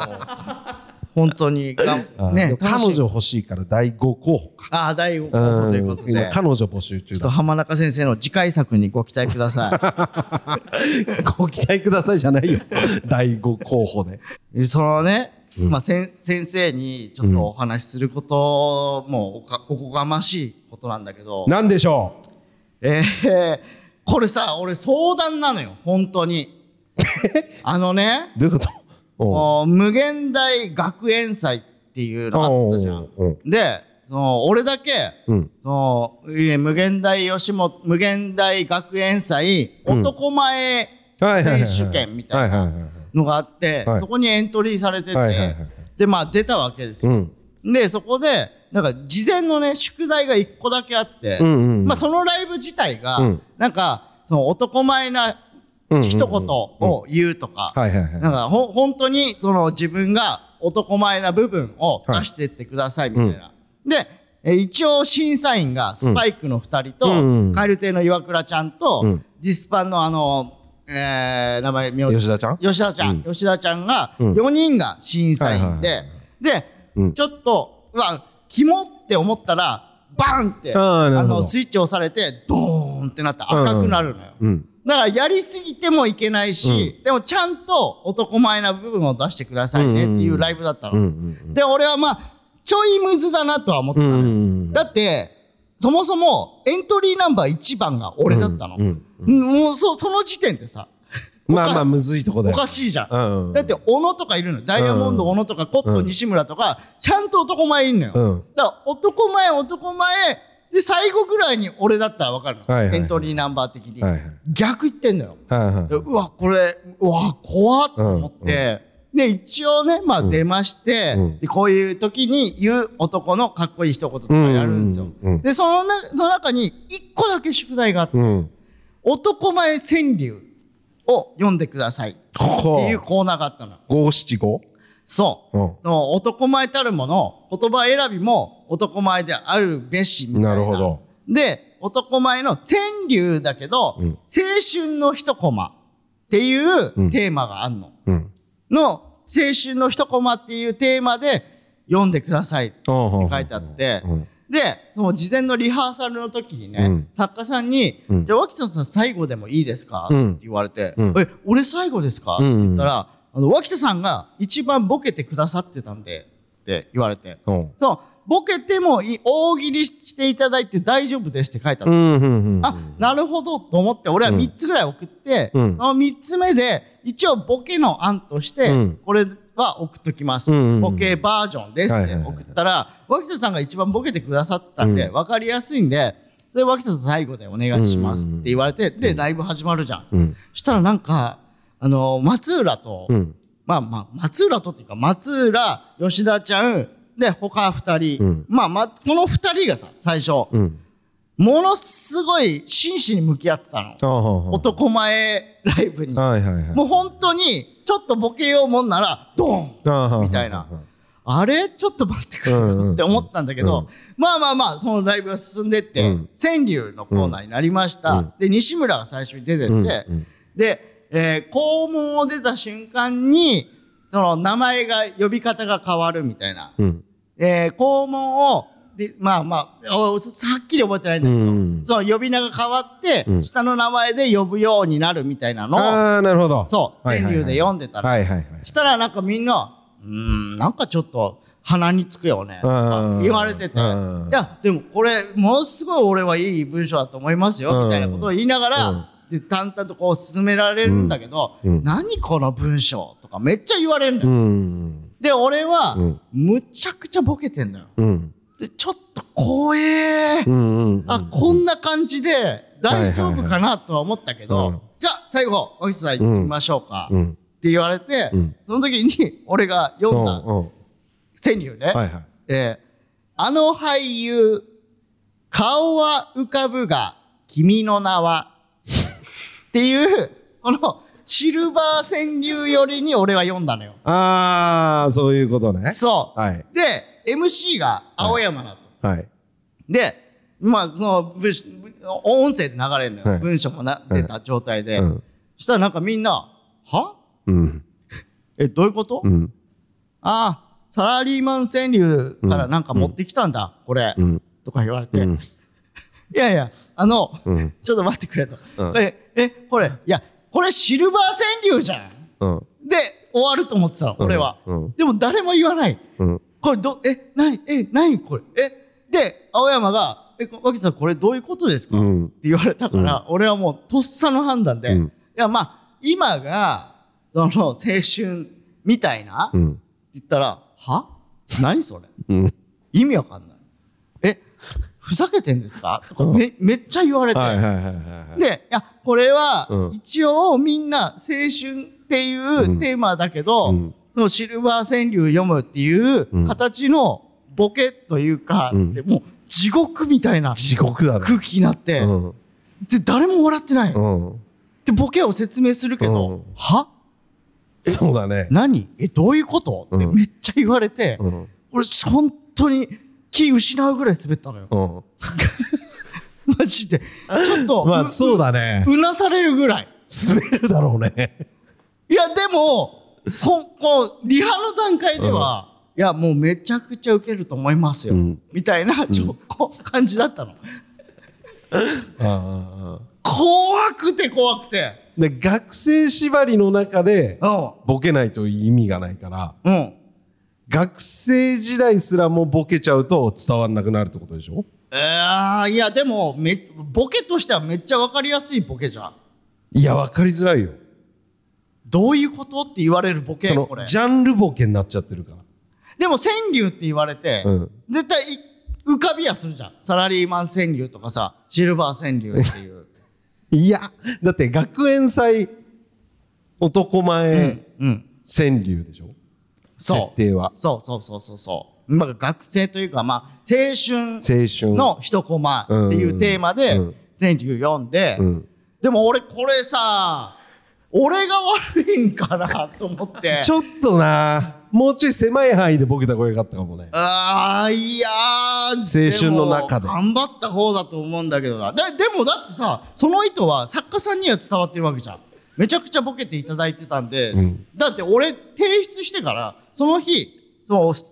S2: 本当にが
S1: あ、で
S2: ね
S1: も、彼
S2: 楽し
S1: 女
S2: い。
S1: 欲しいから第5候補か。
S2: ああ、第5候補
S1: う
S2: というこ
S1: ん
S2: とで。
S1: 今
S2: ちょ
S1: 彼女募集中
S2: っと
S1: だ。
S2: 浜中先生の次回作にご期待ください。
S1: ご期待くださいじゃない よ。第5候補で。
S2: そのね、まあ、せん先生にちょっとお話しすることもおかおこがましいことなんだけど、
S1: なんでしょ
S2: えー、これさ俺相談なのよ本 当にあのね
S1: うどういうことおう
S2: お無限大学園祭っていうのあったじゃん
S1: おうおうおう
S2: でその俺だけ
S1: うん。
S2: そのいえ無限大吉本無限大学園祭
S1: うん
S2: 男前
S1: はいはいはいはい。
S2: 選手権みたいな
S1: はいはいはいはい。
S2: のがあって、
S1: はい
S2: そこにエントリーされてて、
S1: はいはいはいはい
S2: でまあ出たわけですよ
S1: うん。
S2: でそこでなんか事前のね宿題が1個だけあって、
S1: うんうんうん
S2: まあ、そのライブ自体が、
S1: うん
S2: なんかその男前な
S1: うんうんうん
S2: 一言を言うとか、
S1: はいはいはい。
S2: なんかほ本当にその自分が男前な部分を出してってくださいみたいな。でえ一応審査員がスパイクの2人と、
S1: うんうんうん
S2: 蛙亭の岩倉ちゃんと、
S1: うん
S2: ディスパンのあの、えー名前名字
S1: 吉田ちゃん
S2: 吉田ちゃん、吉田ちゃんが
S1: うん
S2: 4人が審査員
S1: は
S2: で、
S1: いはい
S2: で、
S1: うん
S2: ちょっとうわキモって思ったらバーンって
S1: あーなるほど
S2: のスイッチ押されてドーンってなって赤くなるのよ、
S1: うん。
S2: だからやりすぎてもいけないし、でもちゃんと男前な部分を出してくださいねっていうライブだったの、
S1: うんうん
S2: で俺はまあちょいムズだなとは思って
S1: う
S2: た
S1: ん。
S2: の
S1: う
S2: よ、
S1: んうん。
S2: だってそもそもエントリーナンバー1番が俺だったの、
S1: うん
S2: もうそその時点でさ
S1: まあまあ、むずいとこだ
S2: お
S1: よ。
S2: かしいじゃん、
S1: うんうん
S2: だって小野とかいるのよダイヤモンド
S1: うん
S2: 小野とかコット
S1: う
S2: ン
S1: ん
S2: 西村とかちゃんと男前いんのよ、
S1: うん
S2: だから男前男前で最後ぐらいに俺だったら分かるの、
S1: はいはいはい
S2: エントリーナンバー的に、
S1: はいはい
S2: 逆言ってんのよ、
S1: はいはい。
S2: でうわこれうわ怖っと思って、で一応ねまあ出まして、
S1: うん
S2: でこういう時に言う男のかっこいい一言とかやるんですよ、
S1: うんうん
S2: でそのなその中に一個だけ宿題があって、
S1: うん。
S2: 男前川柳を読んでくださいっ
S1: こ
S2: ていうコーナーがあったの
S1: 五七五
S2: そうう、の男前たるもの言葉選びも男前であるべしみたいな
S1: なるほど
S2: で男前の川柳だけど、
S1: うん
S2: 青春の一コマっていうテーマがあんの。
S1: うん。
S2: の、青春の一コマっていうテーマで読んでくださいって
S1: 書
S2: 書いてあって、
S1: うん。
S2: で、その事前のリハーサルの時にね、
S1: うん
S2: 作家さんに、
S1: うん
S2: じゃあ、脇田さん最後でもいいですか、
S1: うん
S2: って言われて、
S1: うん
S2: え、俺最後ですか、
S1: うんうん
S2: って言ったら、あの、脇田さんが一番ボケてくださってたんで、って言われて、
S1: うん。
S2: そう、ボケてもいい大喜利していただいて大丈夫ですって書いてあった。
S1: うん。うん。
S2: あ、なるほどと思って、俺は
S1: うん
S2: 3つぐらい送って、
S1: うん
S2: その3つ目で、一応ボケの案として、
S1: うん
S2: これは送っときます、
S1: うんうんうん
S2: ボケバージョンですって送ったら、脇田さんが一番ボケてくださったんで、
S1: うん
S2: わかりやすいんで、それ脇田さん最後でお願いしますって言われて、で、ライブ始まるじゃん。
S1: うん。
S2: そしたらなんか、あの、松浦と、
S1: うん。
S2: まあまあ、松浦とっていうか、松浦、吉田ちゃん、で、他二人、
S1: うん
S2: まあまあ、この二人がさ、最初、
S1: うん。
S2: ものすごい真摯に向き合ってたの。
S1: ああ。。
S2: 男前ライブに。
S1: はいはいはい。
S2: もう本当に、ちょっとボケようもんなら、ドーン
S1: う
S2: みたいな。あれちょっと待ってくれよ
S1: うんうん
S2: って思ったんだけど、
S1: うん
S2: まあまあまあ、そのライブが進んでって、
S1: うん
S2: 川柳のコーナーになりました。
S1: うん
S2: で、西村が最初に出てって、
S1: うんうん
S2: で、えー校門を出た瞬間に、その名前が、呼び方が変わるみたいな。
S1: うん。
S2: えー、校門を、でまあまあ、おはっきり覚えてないんだけど、
S1: うん
S2: その呼び名が変わって、
S1: うん
S2: 下の名前で呼ぶようになるみたいなのを、
S1: ああ、なるほど。
S2: そう、
S1: は
S2: 川
S1: いはいはい
S2: 柳で読んでたら、
S1: はいはいはい。
S2: したらなんかみんな、うーん、なんかちょっと鼻につくよね、とか
S1: うん
S2: 言われてて、い
S1: うん
S2: や、でもこれ、ものすごい俺はいい文章だと思います
S1: う
S2: よ、
S1: ん
S2: みたいなことを言いなが
S1: うん
S2: ら、で淡々とこう進められるんだけど、
S1: うんうん
S2: 何この文章とかめっちゃ言われるんだ
S1: う
S2: よ。
S1: ん。
S2: で、俺は、
S1: うん
S2: むちゃくちゃボケてんだよ。
S1: うん。
S2: でちょっと怖えー
S1: うん。うん。
S2: あ、こんな感じで大丈夫かなとは思った
S1: は
S2: け
S1: いはいは
S2: ど
S1: い、
S2: じゃあ最後、おひさん行きましょうか。
S1: う
S2: っ
S1: ん。
S2: て言われて
S1: うん、
S2: その時に俺が読んだ
S1: うん。
S2: 川柳ね。
S1: はいはい。
S2: えーあの俳優、顔は浮かぶが、君の名は。っていう、このシルバー川柳よりに俺は読んだのよ。
S1: ああ、そういうことね。
S2: そう。
S1: はい。
S2: で、MC が青山だと。
S1: はい。
S2: で、まあ、その文章、音声で流れるのよ。
S1: はい
S2: 文章もな出た状態で。
S1: うん
S2: そしたらなんかみんな、は
S1: うん。
S2: え、どういうこと、
S1: うん。
S2: ああ、サラリーマン川柳からなんか持ってきたんだ、これ、
S1: うん。
S2: とか言われて。
S1: うん
S2: い やいや、あの、
S1: うん
S2: ちょっと待ってくれと。
S1: うん
S2: これえ、これ、いや、これシルバー川柳じゃん。
S1: うん。
S2: で、終わると思ってたの、俺は。
S1: うんうん
S2: でも誰も言わない。
S1: うん。
S2: これど、え、なに、え、なにこれ、え、で、青山が、え、こ脇さんこれどういうことですか、
S1: うん
S2: って言われたから、俺はもうとっさの判断で、
S1: うん
S2: いや、まあ、今が、その、青春みたいな、
S1: う
S2: って
S1: ん。
S2: 言ったら、は何それ
S1: うん。
S2: 意味わかんない。え、ふざけてんですかとかめ、めっちゃ言われて。
S1: はいはいはいはい。
S2: で、いや、これは
S1: う、ん
S2: 一応みんな青春っていうテーマだけ
S1: う
S2: ど、
S1: ん
S2: そのシルバー川柳読むっていう
S1: うん
S2: 形のボケというか、
S1: うん
S2: でもう地獄みたいな
S1: 地獄だね。
S2: 空気になって、
S1: うん。
S2: で、誰も笑ってないの。
S1: うん。
S2: で、ボケを説明するけど、
S1: うん
S2: は
S1: そうだね。
S2: 何え、どういうことって
S1: うん
S2: めっちゃ言われて、
S1: うん。
S2: 俺、本当に気失うぐらい滑ったのよ。
S1: うん。
S2: マジで。ちょっ と、
S1: まあ、そうだね。
S2: うなされるぐらい。
S1: 滑るだろうね。
S2: いや、でも、ここうリハの段階では、いや、もうめちゃくちゃウケると思いますよ。
S1: うん
S2: みたいな、ちょ、こう感じだったの。
S1: ああ。
S2: 怖くて怖くて。
S1: で、学生縛りの中で、
S2: うん。
S1: ボケないと意味がないから、
S2: うん。
S1: 学生時代すらもボケちゃうと伝わんなくなるってことでしょ
S2: えー、いや、でも、め、ボケとしてはめっちゃわかりやすいボケじゃん。
S1: いや、わかりづらいよ。
S2: どういうことって言われるボケ、
S1: そ
S2: これ
S1: の、。ジャンルボケになっちゃってるから。
S2: でも、川柳って言われて、
S1: うん
S2: 絶対い浮かびやするじゃん。サラリーマン川柳とかさ、シルバー川柳っていう。
S1: いや、だって学園祭、男前、
S2: うん。
S1: 川柳でしょ
S2: そう
S1: 設定は。
S2: そうそうそうそうそう。まあ、学生というか、まあ、青春
S1: 青春。
S2: の一コマっていうテーマで
S1: うん、
S2: 全流読んで、
S1: うん
S2: でも俺これさ、俺が悪いんかなと思って
S1: 。ちょっとな、もうちょい狭い範囲でボケた方が良かったかもね。
S2: ああ、いや
S1: 青
S2: ー
S1: 春の中で
S2: も頑張った方だと思うんだけどな。で、でもだってさ、その意図は作家さんには伝わってるわけじゃん。めちゃくちゃボケていただいてたんで、
S1: うん
S2: だって俺提出してから、その日、その、す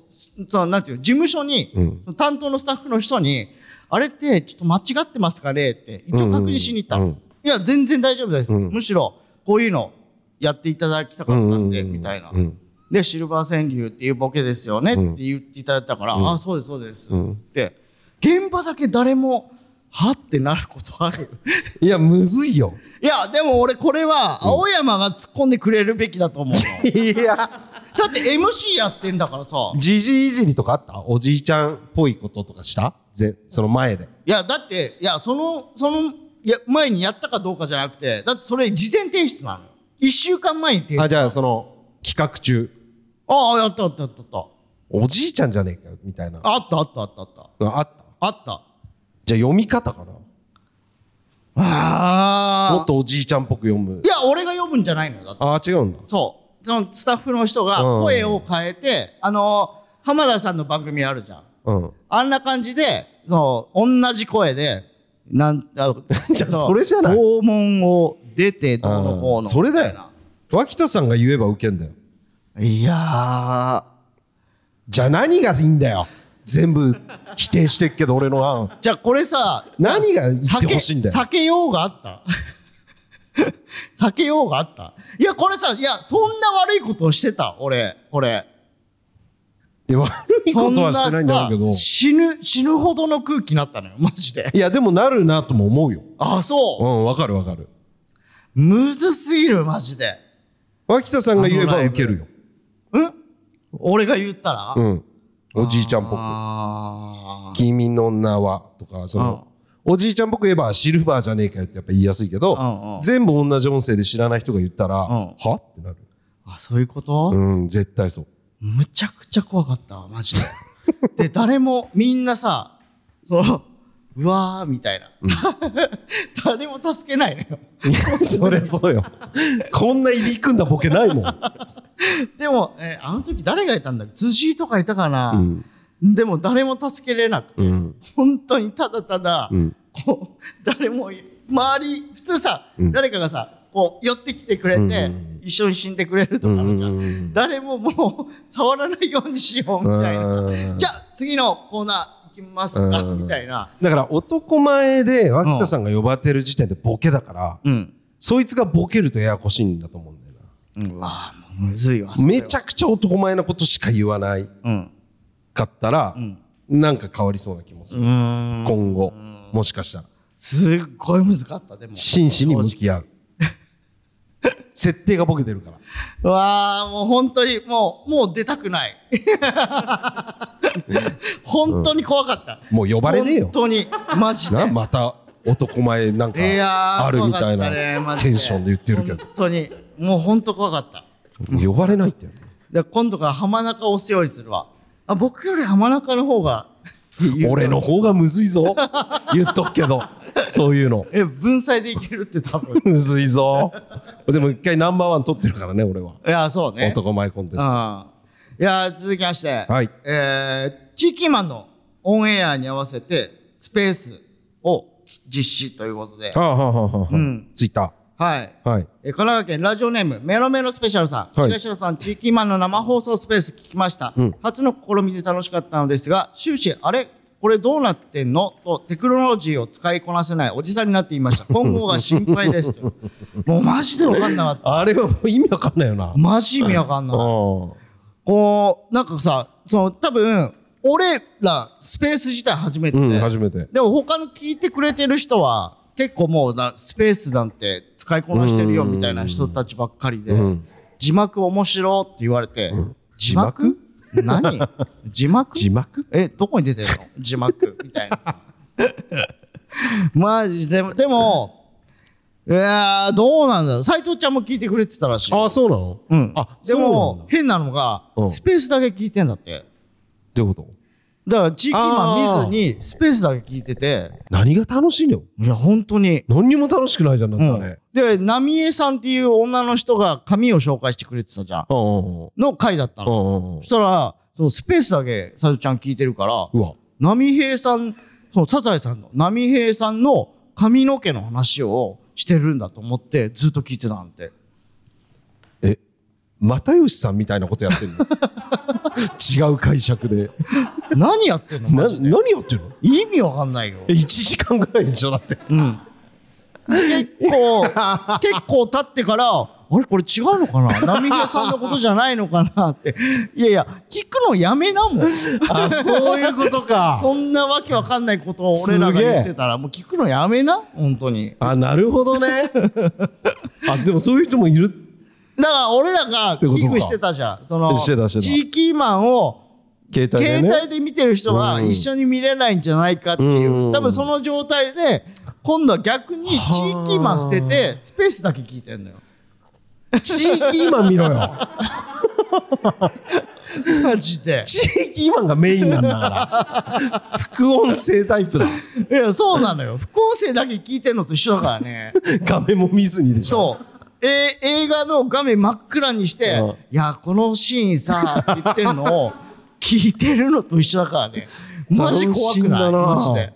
S2: そのなんていうの事務所に、
S1: うん
S2: その担当のスタッフの人に、あれってちょっと間違ってますかねって、一応確認しに行ったの。
S1: うんうん
S2: いや、全然大丈夫です。
S1: うん
S2: むしろ、こういうのやっていただきたかったんで、みたいな。
S1: うん
S2: で、シルバー川柳っていうボケですよねって言っていただいたから、ああ、そうです、そうです、って、現場だけ誰も、はってなること ある。
S1: いや、むずいよ。
S2: いや、でも俺これは、青山が突っ込んでくれるべきだと思うの。
S1: いや、
S2: だって MC やってんだからさ。
S1: じじいじりとかあったおじいちゃんっぽいこととかしたぜその前で。
S2: いや、だって、いや、その、その、いや、前にやったかどうかじゃなくて、だってそれ事前提出なのよ。一週間前に提出。
S1: あ、じゃあその企画中、
S2: ああ、やった、やった、やった、やった。
S1: おじいちゃんじゃねえかよみたいな。あ
S2: あった、あった、あった、あった。
S1: あった。
S2: あった。
S1: じゃあ読み方かな
S2: あ
S1: もっとおじいちゃんっぽく読む
S2: い。や、俺が読むんじゃないのよ。だって
S1: ああ、違うんだ。
S2: そう。そのスタッフの人が
S1: うん
S2: 声を変えて、あの、浜田さんの番組あるじゃん。
S1: うん。
S2: あんな感じで、その、同じ声で、なん、あ
S1: じゃあそれじゃない
S2: 訪問を出てどうのこうの。
S1: それだよ。脇田さんが言えばウケんだよ。
S2: いやー。
S1: じゃあ何がいいんだよ。全部否定してっけど俺の案。
S2: じゃあこれさ、
S1: 何が言ってほしいんだよ
S2: 避け避けようがあった 避けようがあったいや、これさ、いや、そんな悪いことをしてた、俺、俺。
S1: いや悪いことはしてないんだろうけ
S2: そん
S1: ど
S2: なさ。死ぬ、死ぬほどの空気になったのよ、マジで。
S1: いや、でもなるなとも思うよ。
S2: あ、
S1: う
S2: そ
S1: ん、わかるわかる。
S2: う。むずすぎる、マジで。
S1: 脇田さんが言えばウケるよ。
S2: ん俺が言ったら、あ
S1: うん。おじいちゃんっぽく。
S2: あ
S1: 君の名はとか、その、おじいちゃんっぽく言えばシルバーじゃねえかよってやっぱ言いやすいけ
S2: うんう
S1: ど
S2: ん、
S1: 全部同じ音声で知らない人が言ったら、はってなる。
S2: ーあ、そういうこと、
S1: うん、絶対そう。
S2: むちゃくちゃ怖かったわマ ジで。で、誰も、みんなさ、その、うわーみたいな。 誰も助けないのよ。
S1: いや そりゃそうよ。こんな入り組んだボケないもん。
S2: でも、えーあの時誰がいたんだっけ辻井とかいたかな、
S1: ん
S2: でも誰も助けれなくて、
S1: うん。
S2: 本当にただただ、
S1: ん
S2: こう、誰も、周り、普通さ、
S1: ん
S2: 誰かがさ、こう、寄ってきてくれて、
S1: うんうん
S2: 一緒に死んでくれるとかあるじゃん、
S1: うんうんうん
S2: 誰ももう、 触らないようにしようみたいな。じゃあ次のコーナー行きますか
S1: うん
S2: みたいな。
S1: だから男前で脇田さんが呼ばれてる時点でボケだから、
S2: うん。
S1: そいつがボケるとややこしいんだと思うんだよ
S2: うわあ、もうむずいわ。
S1: な。めちゃくちゃ男前なことしか言わない
S2: うん。
S1: かったら、なんか変わりそうな気もす
S2: う
S1: る。
S2: ーん。
S1: 今後、もしかしたら。
S2: すっごい難かった、でも。
S1: 真摯に向き合う。設定がボケてるから。
S2: うわあ、もう本当に、もう、もう出たくない。本当に怖かった。
S1: もう呼ばれねえよ
S2: 本。当に、マジで。
S1: な、また男前なんか
S2: いやー
S1: あるみたいな
S2: 怖かったねマジ
S1: テ
S2: で
S1: ンションで言ってるけど
S2: 本。当に、もう本当怖かった。
S1: 呼ばれないって。
S2: で今度から浜中を押すようにするわ。あ、僕より浜中の方が、言う
S1: 俺の方がむずい ぞ。言っとくけど、そういうの。
S2: え、文才でいけるって多分。
S1: むずいぞ。でも一回ナンバーワン取ってるからね、俺は。
S2: いや、そうね。
S1: 男前コンテスト。
S2: ああいやー続きまして、
S1: はい
S2: えー、地域マンのオンエアに合わせてスペースを実施ということで、
S1: はあはあはあはあ。
S2: ん
S1: ツイッタ
S2: はい。
S1: ー。はい。
S2: えー神奈川県ラジオネームメロメロスペシャルさん、
S1: はい
S2: 東野さん地域マンの生放送スペース聞きました、
S1: うん
S2: 初の試みで楽しかったのですが終始あれこれどうなってんのとテクノロジーを使いこなせないおじさんになっていました今後が心配 ですともうマジで分かんなかった
S1: あれはもう意味わかんないよな。
S2: マジ意味分かんなかった
S1: う
S2: こう、なんかさ、その多分、俺らスペース自体初めてで、
S1: ん。うん、初めて。
S2: でも他の聞いてくれてる人は、結構もうなスペースなんて使いこなしてるよみたいな人たちばっかりで、
S1: うん
S2: 字幕面白って言われて、字幕何 字幕
S1: 字幕
S2: え、どこに出てるの字幕みたいなさ。マジで、でも、いやーどうなんだろう。斎藤ちゃんも聞いてくれてたらしい。
S1: ああ、そうなの
S2: うん。
S1: あ、
S2: で
S1: そうなん
S2: も
S1: だ。
S2: 変なのが、
S1: うん
S2: スペースだけ聞いてんだって。
S1: どういうこと
S2: だから地域
S1: あ
S2: 今
S1: ー
S2: 見ずにスペースだけ聞いてて
S1: 何が楽しいの
S2: いや本当に
S1: 何にも楽しくないじゃんだったね。
S2: で浪江さんっていう女の人が紙を紹介してくれてたじゃん
S1: うんうんうん
S2: の回だった
S1: う
S2: の
S1: んうんうん
S2: そしたらそうスペースだけさゆちゃん聞いてるから
S1: うわ。
S2: 波平さんそうサザエさんの波平さんの髪の毛の話をしてるんだと思ってずっと聞いてたなん て
S1: え、又吉さんみたいなことやってん の違う解釈で。
S2: 何やってんの
S1: な
S2: マジで
S1: 何やってんの
S2: 意味わかんないよ
S1: え、1時間ぐらいでしょだって。
S2: うん結構結構経ってからあれこれ違うのかな波平さんのことじゃないのかなっていやいや聞くのやめなもん
S1: あ、そういうことか。
S2: そんなわけわかんないことを俺らが言ってたらもう聞くのやめな本当に
S1: あ、なるほど ね。あ、でもそういう人もいる。
S2: だから俺らが
S1: てことか
S2: 危惧してたじゃんその
S1: してたしてた
S2: 地域マンを
S1: 携帯で
S2: 携
S1: ね。
S2: 帯で見てる人は
S1: うん
S2: 一緒に見れないんじゃないかっていう
S1: うん
S2: 多分その状態で今度は逆に地域マン捨ててスペースだけ聞いてんのよ
S1: 地域マン見ろよ。
S2: マジで
S1: 地域マンがメインなんだから。副音声タイプだ。
S2: いやそうなのよ副音声だけ聞いてんのと一緒だからね
S1: 画面も見ずにでしょ。
S2: そうえー映画の画面真っ暗にして
S1: うん
S2: 「いやこのシーンさ」って言ってんのを 聞いてるのと一緒だか らねマジ怖く
S1: 斬新
S2: ない
S1: だな
S2: マジで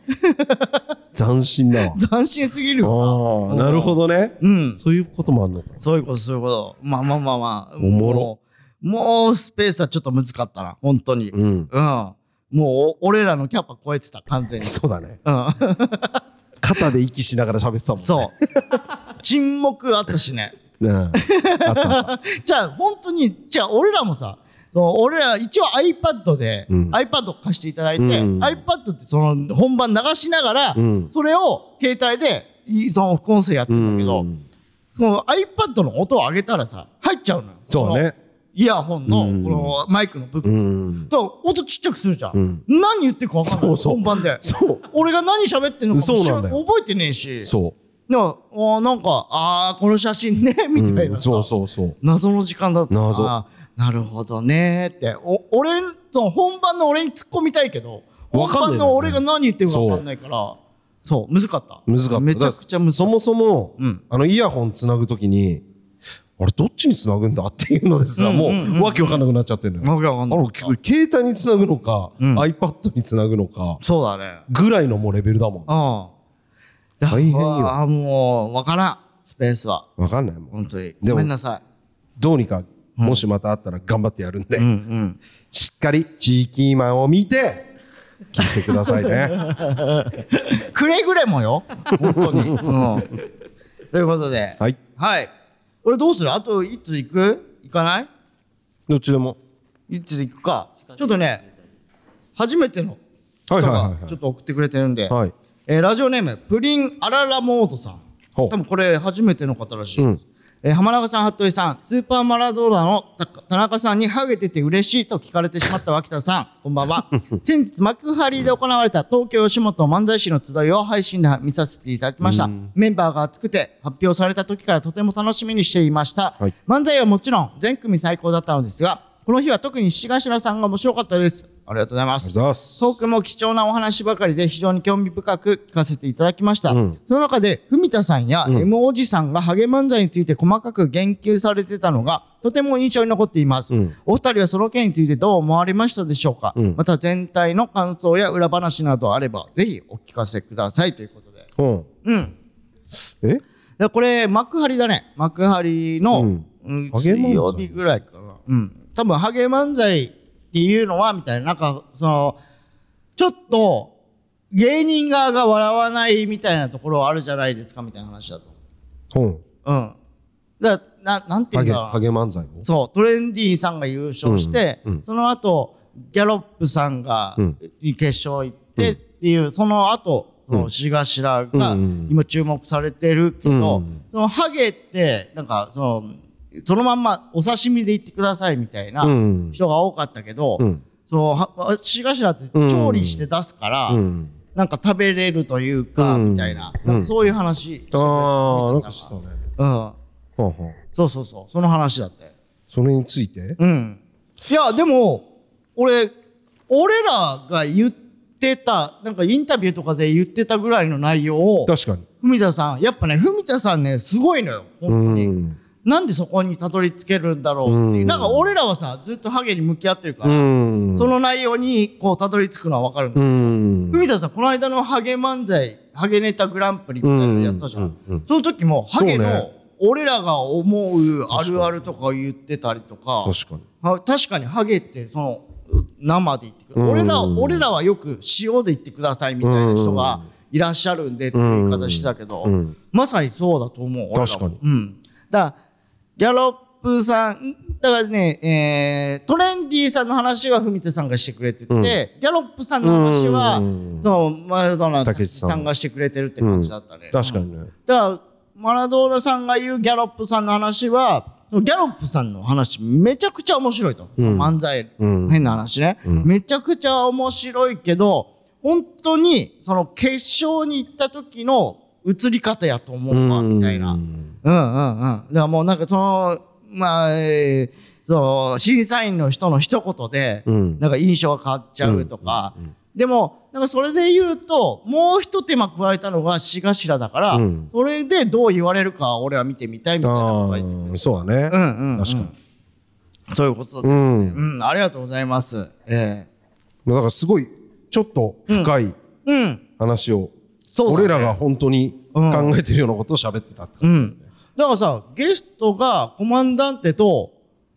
S1: 斬新だわ。
S2: 斬新すぎるよ
S1: ああ、なるほどね。
S2: うん
S1: そういうこともあるのか。
S2: そういうこと、そういうこと。まあまあまあまあ。
S1: おもろ
S2: もう。もうスペースはちょっと難かったな、本当に。うん。
S1: うん。
S2: もうお、俺らのキャパ超えてた、完全に。
S1: そうだね。
S2: うん。
S1: 肩で息しながら喋ってたもんね。
S2: そう。沈黙あったしね。
S1: うん。あったあった。
S2: じゃあ、本当に、じゃあ俺らもさ、そう俺ら一応 iPad で、
S1: うん
S2: iPad を貸していただいて、
S1: うん
S2: iPad ってその本番流しながら、
S1: うん
S2: それを携帯でいその副音声やってるんだけど、
S1: うん
S2: その iPad の音を上げたらさ入っちゃうのよ
S1: そうね。
S2: イヤホンの
S1: うん
S2: このマイクの部
S1: う
S2: 分、
S1: ん。
S2: だから音ちっちゃくするじゃん、
S1: うん
S2: 何言ってるか分かんない
S1: そうそう
S2: 本番で
S1: そう。
S2: 俺が何喋ってんのかも
S1: そうなんだよ
S2: 知ら覚えてねえし
S1: そ
S2: でもおーなんかあーこの写真ねみ
S1: う。
S2: たいな
S1: うん
S2: さ
S1: そうそうそう。
S2: 謎の時間だった
S1: 謎
S2: あーなるほどねーってお俺の本番の俺に突っ込みたいけど
S1: わ
S2: 本
S1: かんないんだ
S2: 番
S1: よね
S2: の俺が何言ってるか分かんないからそう難かった
S1: 難かった。
S2: めちゃくちゃ難
S1: そ
S2: かっ
S1: もそも
S2: うん、
S1: あの、イヤホンつなぐときに、あれ、どっちにつなぐんだっていうのですら、もう、わけわかんなくなっちゃってるの
S2: た
S1: よ。
S2: わけわかん
S1: あ
S2: な
S1: の
S2: かっ、た
S1: 携携帯につなぐのか、
S2: ん
S1: iPad につなぐのか、
S2: そうだね
S1: ぐらいのもうレベルだもん。
S2: うん。
S1: 大変よ
S2: ああ、もう、わからん。スペースは。
S1: わかんないもん。
S2: 本当に。
S1: で
S2: ご
S1: も
S2: めんなさ
S1: どうにか、もしまたあったら頑張ってやるんで、
S2: い。うんうん。
S1: しっかり地域マンを見て、聞いてください ね。
S2: くれぐれもよ。本当に。うん。ということで。
S1: はい。
S2: はい。俺どうするあと、いつ行く行かな
S1: どっちでも。
S2: いいつ行くか。ちょっとね、初めての
S1: は
S2: 人
S1: いはいはい
S2: が
S1: はい
S2: ちょっと送ってくれてるんで。
S1: はい。
S2: えーラジオネーム、プリンアララモードさん。
S1: ほう
S2: 多分これ初めての方らしいで
S1: う
S2: す。
S1: ん
S2: えー浜中さん、服部さん、スーパーマラドーナのた田中さんにハゲてて嬉しいと聞かれてしまった脇 田さん、こんばんは。先日、幕張で行われた東京吉本漫才師の集いを配信で見させていただきました。メンバーが熱くて発表された時からとても楽しみにしていました。
S1: はい
S2: 漫才はもちろん全組最高だったのですが、この日は特に七頭さんが面白かったです。ありがとうございま
S1: ありがとうご
S2: す。
S1: ざいます。
S2: トークも貴重なお話ばかりで非常に興味深く聞かせていただきました、その中で文田さんや M おじさんがハゲ漫才について細かく言及されてたのがとても印象に残っています、お二人はその件についてどう思われましたでしょうか、また全体の感想や裏話などあればぜひお聞かせくださいということで
S1: うん。
S2: うん
S1: え
S2: でこれ幕張だね幕張の、
S1: うん
S2: うん
S1: ハゲ漫才
S2: 水曜日ぐらいかな、うん、多分ハゲ漫才っていうのはみたいななんかそのちょっと芸人側が笑わないみたいなところはあるじゃないですかみたいな話だと
S1: うん。
S2: うんだななんてい
S1: ハ
S2: うん
S1: ゲ、
S2: だろうな
S1: ハゲ漫才を。
S2: そうトレンディーさんが優勝して、
S1: うんうん
S2: その後ギャロップさんが、
S1: うん
S2: 決勝行ってっていうその後その志頭が
S1: うんうん
S2: 今注目されてるけど、
S1: うん
S2: そのハゲってなんかそのそのまんまお刺身で行ってくださいみたいな
S1: うん
S2: 人が多かったけど、
S1: うん。
S2: そのは志頭って調理して出すから、
S1: うん。
S2: なんか食べれるというか、
S1: うん
S2: みたいななんかそういう話、
S1: ああ、なん
S2: 富
S1: か
S2: 田
S1: し
S2: さ
S1: た
S2: ん
S1: ね。
S2: がうん、
S1: はあはあ。
S2: そうそうそうその話だって。
S1: それについて
S2: うん。いや、でも、俺、俺らが言ってたなんかインタビューとかで言ってたぐらいの内容を
S1: 確かに。
S2: 文田さんやっぱね文田さんねすごいのよ本当に、
S1: ん。
S2: なんでそこにたどり着けるんだろうっていう、
S1: うん
S2: なんか俺らはさずっとハゲに向き合ってるから、
S1: うん。
S2: その内容にこうたどり着くのは分かるんだ
S1: う
S2: け
S1: ん。
S2: ど、文田さんこの間のハゲ漫才ハゲネタグランプリみたいなのやったじゃん、
S1: うんうんうん
S2: その時もハゲ
S1: そう
S2: の
S1: ね
S2: 俺らが思うあるあるとか言ってたりとか
S1: 確かに。
S2: は確かにハゲってその生で言ってくる、
S1: うん
S2: 俺ら俺らはよく塩で言ってくださいみたいな人がいらっしゃるんでっていう言い方してたけど、
S1: うん
S2: まさにそうだと思う俺らも
S1: 確かに
S2: うん、だからギャロップさんだからね、えートレンディーさんの話は文田さんがしてくれてて、
S1: うん
S2: ギャロップさんの話は、
S1: うん
S2: そのマラドーナ
S1: 竹
S2: 武
S1: 内さん
S2: さんがしてくれてるって感じだったね、
S1: 確かにね。
S2: だからマラドーナさんが言うギャロップさんの話はギャロップさんの話めちゃくちゃ面白いと、漫才、
S1: うん
S2: 変な話ね、
S1: うん
S2: めちゃくちゃ面白いけど本当にその決勝に行った時の映り方やと思うわみたいな、
S1: うん
S2: うんうんうん。だからもうなんかその、まあ、えーその審査員の人の一言で、
S1: うん
S2: なんか印象が変わっちゃうとか、でも、なんかそれで言うと、もう一手間加えたのがし頭だから、
S1: うん
S2: それでどう言われるか俺は見てみたいみたいなこと
S1: あ
S2: が言って
S1: あ、そうだ
S2: う
S1: ね。
S2: んうん、うん。
S1: 確かに。
S2: そういうことです
S1: う
S2: ね。
S1: ん。
S2: うん、ありがとうございます。え
S1: だからすごい、ちょっと深い
S2: えうん。
S1: 話を、
S2: そうだね
S1: 俺らが本当に考えてるようなことを喋ってたって
S2: う
S1: 感
S2: ん。だからさ、ゲストがコマンダンテと、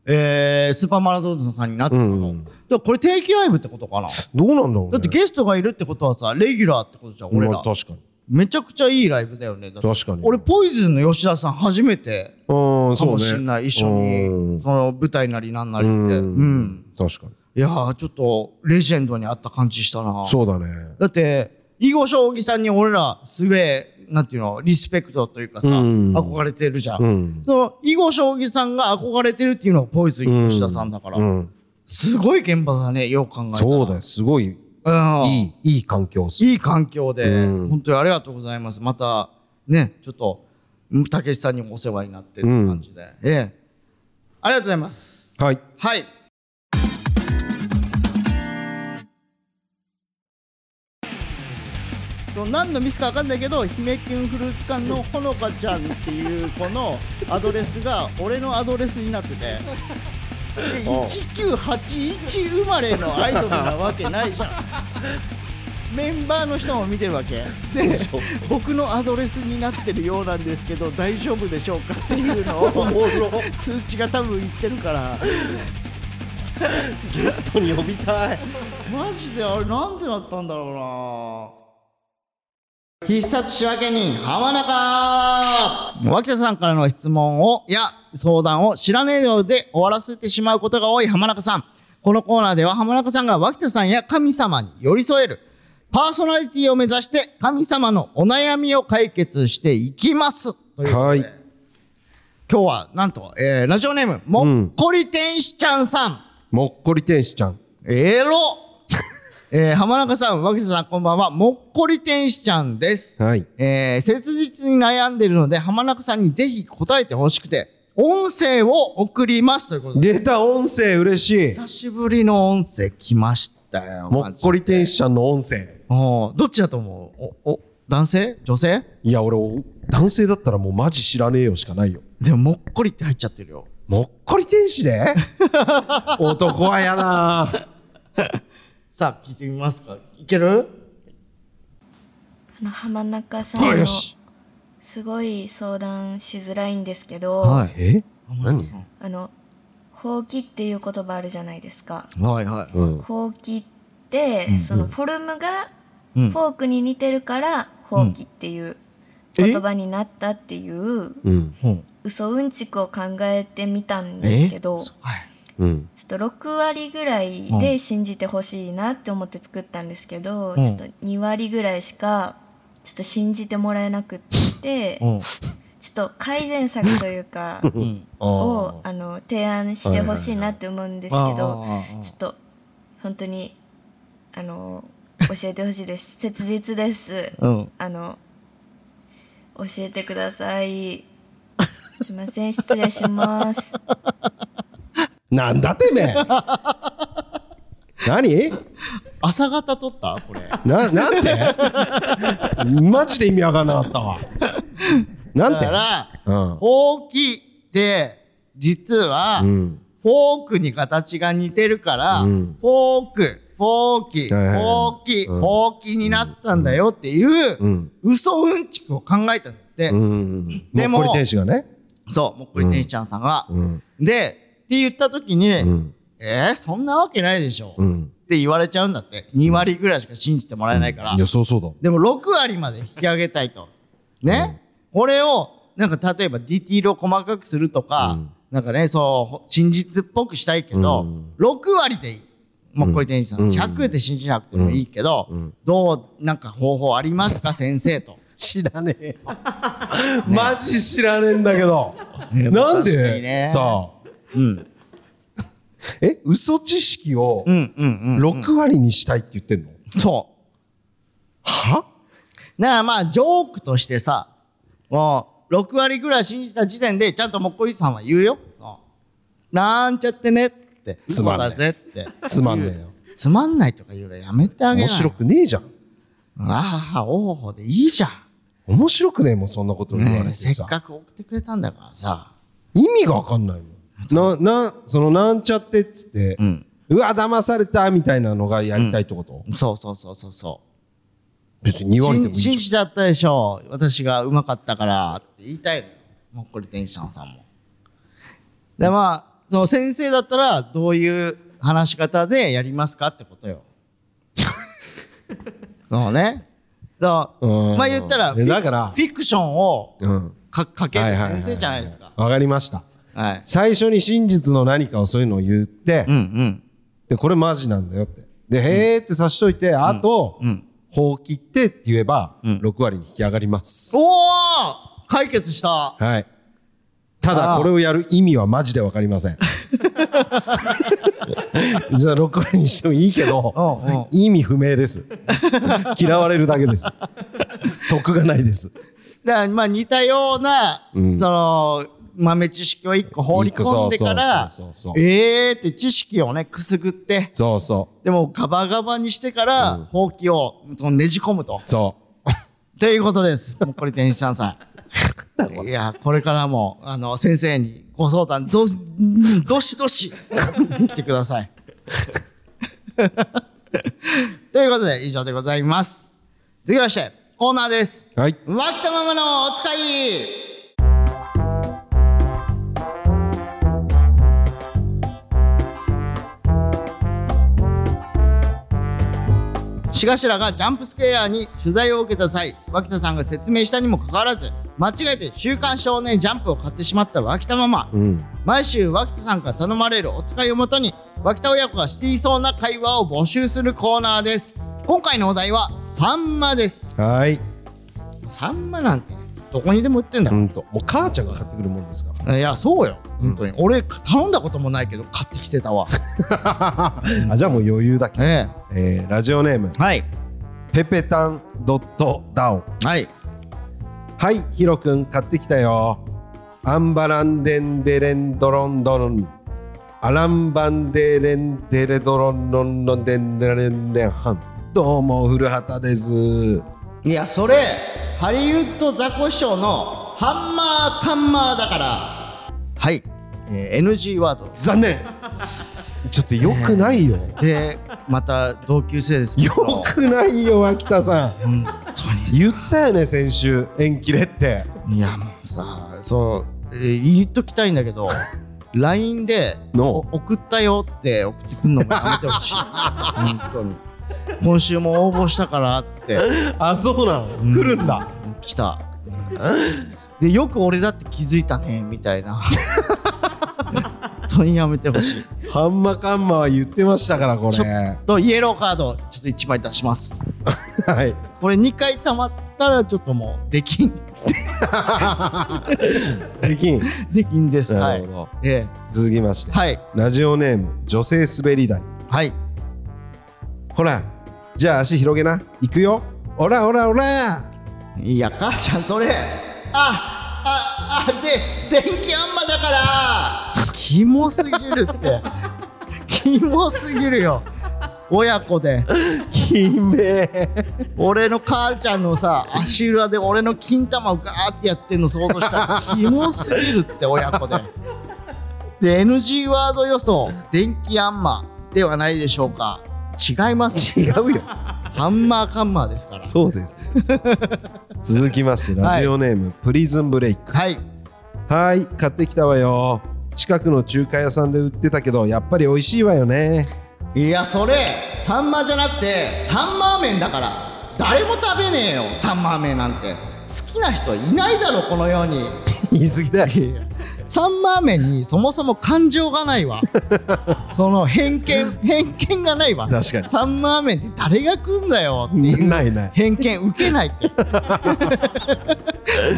S2: えー、スーパーマラドーナさんになってた
S1: う
S2: の。
S1: ん
S2: だからこれ定期ライブってことかな。
S1: じどうなんだろうね。
S2: だってゲストがいるってことはさ、レギュラーってことじゃん、俺
S1: ま
S2: ら
S1: あ。確かに。
S2: めちゃくちゃいいライブだよね。だって
S1: 確かに
S2: 俺、ポイズンの吉田さん初めて
S1: うん、
S2: か
S1: そうね。
S2: もしんない。一緒
S1: う
S2: に、
S1: ん
S2: その舞台なりなんなりって。
S1: うん
S2: うん。
S1: 確かに。
S2: いやー、ちょっと、レジェンドに会った感じしたな。
S1: そうだね。
S2: だって囲碁将棋さんに俺らすげえなんていうのリスペクトというかさ、
S1: うん
S2: 憧れてるじゃん、
S1: うん
S2: その囲碁将棋さんが憧れてるっていうのはポイズン吉田さんだから、
S1: うん。
S2: すごい現場だねよく考えたら
S1: そうだよ。すごい、
S2: うん、い
S1: いい、いい環境っす。
S2: い環境で、
S1: うん
S2: 本当にありがとうございますまたねちょっとうんたけしさんにもお世話になってる感じで、ええありがとうございます
S1: はい。
S2: はいと何のミスか分かんないけど姫きゅんフルーツ館のほのかちゃんっていう子のアドレスが俺のアドレスになっててで1981生まれのアイドルなわけないじゃんメンバーの人も見てるわけで僕のアドレスになってるようなんですけど大丈夫でしょうかっていうのを通知が多分言ってるから
S4: ゲストに呼びたい
S2: マジであれなんでなったんだろうな必殺仕分け人浜中脇田さんからの質問をいや相談を知らねえようで終わらせてしまうことが多い浜中さんこのコーナーでは浜中さんが脇田さんや神様に寄り添えるパーソナリティを目指して神様のお悩みを解決していきますということで
S1: はい。
S2: 今日はなんと、えーラジオネームもっこり天使ちゃんさん
S1: もっこり天使ちゃん。
S2: エロ えー、浜中さん、脇田さん、こんばんは。もっこり天使ちゃんです。
S1: はい。
S2: えー、切実に悩んでいるので、浜中さんにぜひ答えてほしくて、音声を送りますということで。
S1: 出た音声嬉しい。
S2: 久しぶりの音声来ましたよ。
S1: もっこ
S2: り。
S1: り天使ちゃんの音声。
S2: おーどっちだと思うお、お、男性女性
S1: いや、俺、お男性だったらもうマジ知らねえよしかないよ。
S2: でも、もっこりって入っちゃってるよ。
S1: もっこり天使 で男はやだな
S2: さあ、聞いてみますかいける
S5: あの浜中さん
S1: あ、
S5: の
S1: よし。
S5: すごい相談しづらいんですけど、
S2: はい。
S1: え何
S5: あのほうきっていう言葉あるじゃないですか。
S2: はいは
S1: うん。
S5: ほうきって、
S2: うん
S5: そのフォルムが
S2: い。う
S5: フ
S2: ん。
S5: ォークに似てるから、ほうきっていう
S2: え
S5: 言葉になったっていう
S1: うん。
S2: うん
S5: 嘘うんちくを考えてみたんですけど、ちょ
S2: はい。
S1: うん。
S5: っと6割ぐらいで信じてほしいなって思って作ったんですけど、
S2: うん
S5: ちょっと2割ぐらいしかちょっと信じてもらえなくって。
S2: うん。
S5: ちょっと改善策と いうか
S2: うん。
S5: をあの提案してほしいなって思うんですけど、ちょっと本当にあの教えてほしいです切実です
S2: うん。
S5: あの教えてくださいすいません失礼します
S1: なんだてめえな何
S2: 朝方撮ったこれ。
S1: な、なん てマジで意味わかんなかったわ。なんて
S2: だから、
S1: うん
S2: ほうきって、実は、
S1: うん。
S2: フォークに形が似てるから、
S1: うん
S2: フォーク、フォーキ、フ
S1: はいはいはい
S2: ォーキ、
S1: うん
S2: フォーキになったんだよっていう、
S1: うん。
S2: 嘘うんちくを考えたんだって。
S1: うん。
S2: で
S1: で
S2: も
S1: もっこり天使がね。
S2: そう、もっこり天使ちゃんさんが。
S1: うん。
S2: で、って言った時に、
S1: うん。
S2: えー、そんなわけないでしょ、
S1: う
S2: っ
S1: ん。
S2: て言われちゃうんだって。2割ぐらいしか信じてもらえないから。
S1: いや、そうそうだ。
S2: でも6割まで引き上げたいと。ね、これを、なんか例えばディティールを細かくするとか、
S1: うん
S2: なんかね、そうほ、真実っぽくしたいけど、
S1: うん
S2: 6割でいい。もうこれ天使さん、
S1: うん
S2: 100で信じなくてもいいけど、
S1: うん
S2: どう、なんか方法ありますか、先生と。
S1: 知らねえよ。マジ知らねえんだけど。
S2: ね
S1: なん
S2: 確かに
S1: で
S2: ね
S1: さあ。
S2: うん。
S1: え、嘘知識を
S2: うんうんうん。
S1: 6割にしたいって言ってんの
S2: そう。
S1: は
S2: だからまあ、ジョークとしてさ、もう、6割ぐらい信じた時点で、ちゃんともっこりさんは言うよ。そうなんちゃってねって。
S1: つまんねえ
S2: そうだぜって。
S1: つまんねえよ。
S2: つまんないとか言うのやめてあげ
S1: 面
S2: なよ
S1: 白くねえじゃん。
S2: ああ、おほでいいじゃん。
S1: 面白くねえもん、そんなこと言われ
S2: ねえ
S1: て
S2: せっ
S1: さ。
S2: かく送ってくれたんだからさ。
S1: 意味がわかんないもん。な、な、そのなんちゃってっつって、う
S2: うん。
S1: わ、騙されたみたいなのがやりたいってこと、
S2: そうそうそうそうそ
S1: 別に
S2: う。
S1: 2割でもいい
S2: し
S1: じ
S2: ん信じちゃったでしょ。私がうまかったからって言いたいのよ。もっこり天使さんさんも。で、まあ、その先生だったらどういう話し方でやりますかってことよ。 そうね。そう。
S1: うん
S2: まあ言ったら、
S1: えだから
S2: フィクションを
S1: ゃん。うん。
S2: かかける先生じゃないですか。
S1: わかりました。
S2: はい。
S1: 最初に真実の何かをそういうのを言って、
S2: うんうん。
S1: で、これマジなんだよって。で、へーってさしといて、あと、
S2: うん
S1: ほうきってって言えば、
S2: ん
S1: 6割に引き上がります。
S2: おお解決した
S1: はい。た
S2: あ
S1: だ、
S2: ー
S1: これをやる意味はマジでわかりま せん。じゃあ、6割にしてもいいけど、
S2: うんうん
S1: 意味不明です。嫌われるだけ です。得がないです。
S2: だからまあ似たような、
S1: うん
S2: その豆知識を一個放り込んでから
S1: そうそうそうそう
S2: ええーって知識をねくすぐって
S1: そうそ
S2: でもガバガバにしてから、ほうきをそのねじ込むと
S1: う。そう。
S2: ということですもうこれ天使さんさんいやこれからもあの先生にご相談どしどしどし来てください ということで以上でございます続きましてコーナーです
S1: はい。
S2: 湧きたままのお使いしがしらがジャンプスクエアに取材を受けた際脇田さんが説明したにもかかわらず間違えて「週刊少年ジャンプ」を買ってしまった脇田ママ、
S1: うん。
S2: 毎週脇田さんから頼まれるお使いをもとに脇田親子がしていそうな会話を募集するコーナーです今回のお題は「サンマ」です
S1: はい。
S2: サンマなんてどこにでも売ってんだ
S1: うんと。もう母ちゃんが買ってくるもんですから。
S2: いやそうよ本当に、俺頼んだこともないけど買ってきて たわ
S1: あ、じゃあもう余裕だけど。
S2: え
S1: えー、ラジオネーム
S2: え、はい
S1: ペペタンドットダオ。
S2: はい
S1: はい、ヒロくん買ってきたよ。アンバランデンデレンドロンドロン。アランバンデレンデレドロンロンロンデンデレンデンハン。どうも、古畑です。
S2: いやそれハリウッドザコシショウのハンマーカンマーだからはい、えー NG ワード
S1: 残念。ちょっと良くないよ。
S2: でまた同級生です
S1: 良くないよ、秋田さん。
S2: 本当に
S1: 言ったよね、先週。縁切れって。
S2: いやもうさそう、えー言っときたいんだけ ど LINE で
S1: の
S2: お送ったよって送ってくんのもやめて ほしい本当に今週も応募したからって
S1: あ、そうなの。来るんだ。
S2: 来たでよく俺だって気づいたねみたいな本当にやめてほしい
S1: ハンマカンマは言ってましたから、これ。
S2: ちょ
S1: は
S2: とイエローカードちょっと1枚出します
S1: い。
S2: これ2回たまったらちょっともうできん
S1: できん。
S2: できんですは
S1: ないるほど。
S2: え
S1: 続きまし
S2: え
S1: て。
S2: はい
S1: ラジオネーム女性滑り台
S2: はい
S1: ほらじゃあ足広げな行くよオラオラオラ
S2: いや母ちゃんそれあああで電気あんまだからキモすぎるってキモすぎるよ親子で
S1: 悲鳴
S2: 俺の母ちゃんのさ足裏で俺の金玉をガーってやってんの想像したらキモすぎるって親子でで NG ワード予想電気アンマーではないでしょうか違います違うよハンマーカンマーですから
S1: そう です続きましてラジオネーム、プリズンブレイク
S2: はい
S1: はい買ってきたわよ近くの中華屋さんで売ってたけどやっぱり美味しいわよね
S2: いやそれサンマじゃなくてサンマーメンだから誰も食べねえよサンマーメンなんて好きな人いないだろこの世に
S1: 言い過ぎだよ
S2: サンマーメンにそもそも感情がな いわその偏見偏見がないわ
S1: 確かに
S2: サンマーメンって誰が食うんだよっていう
S1: ないない
S2: 偏見受けな いって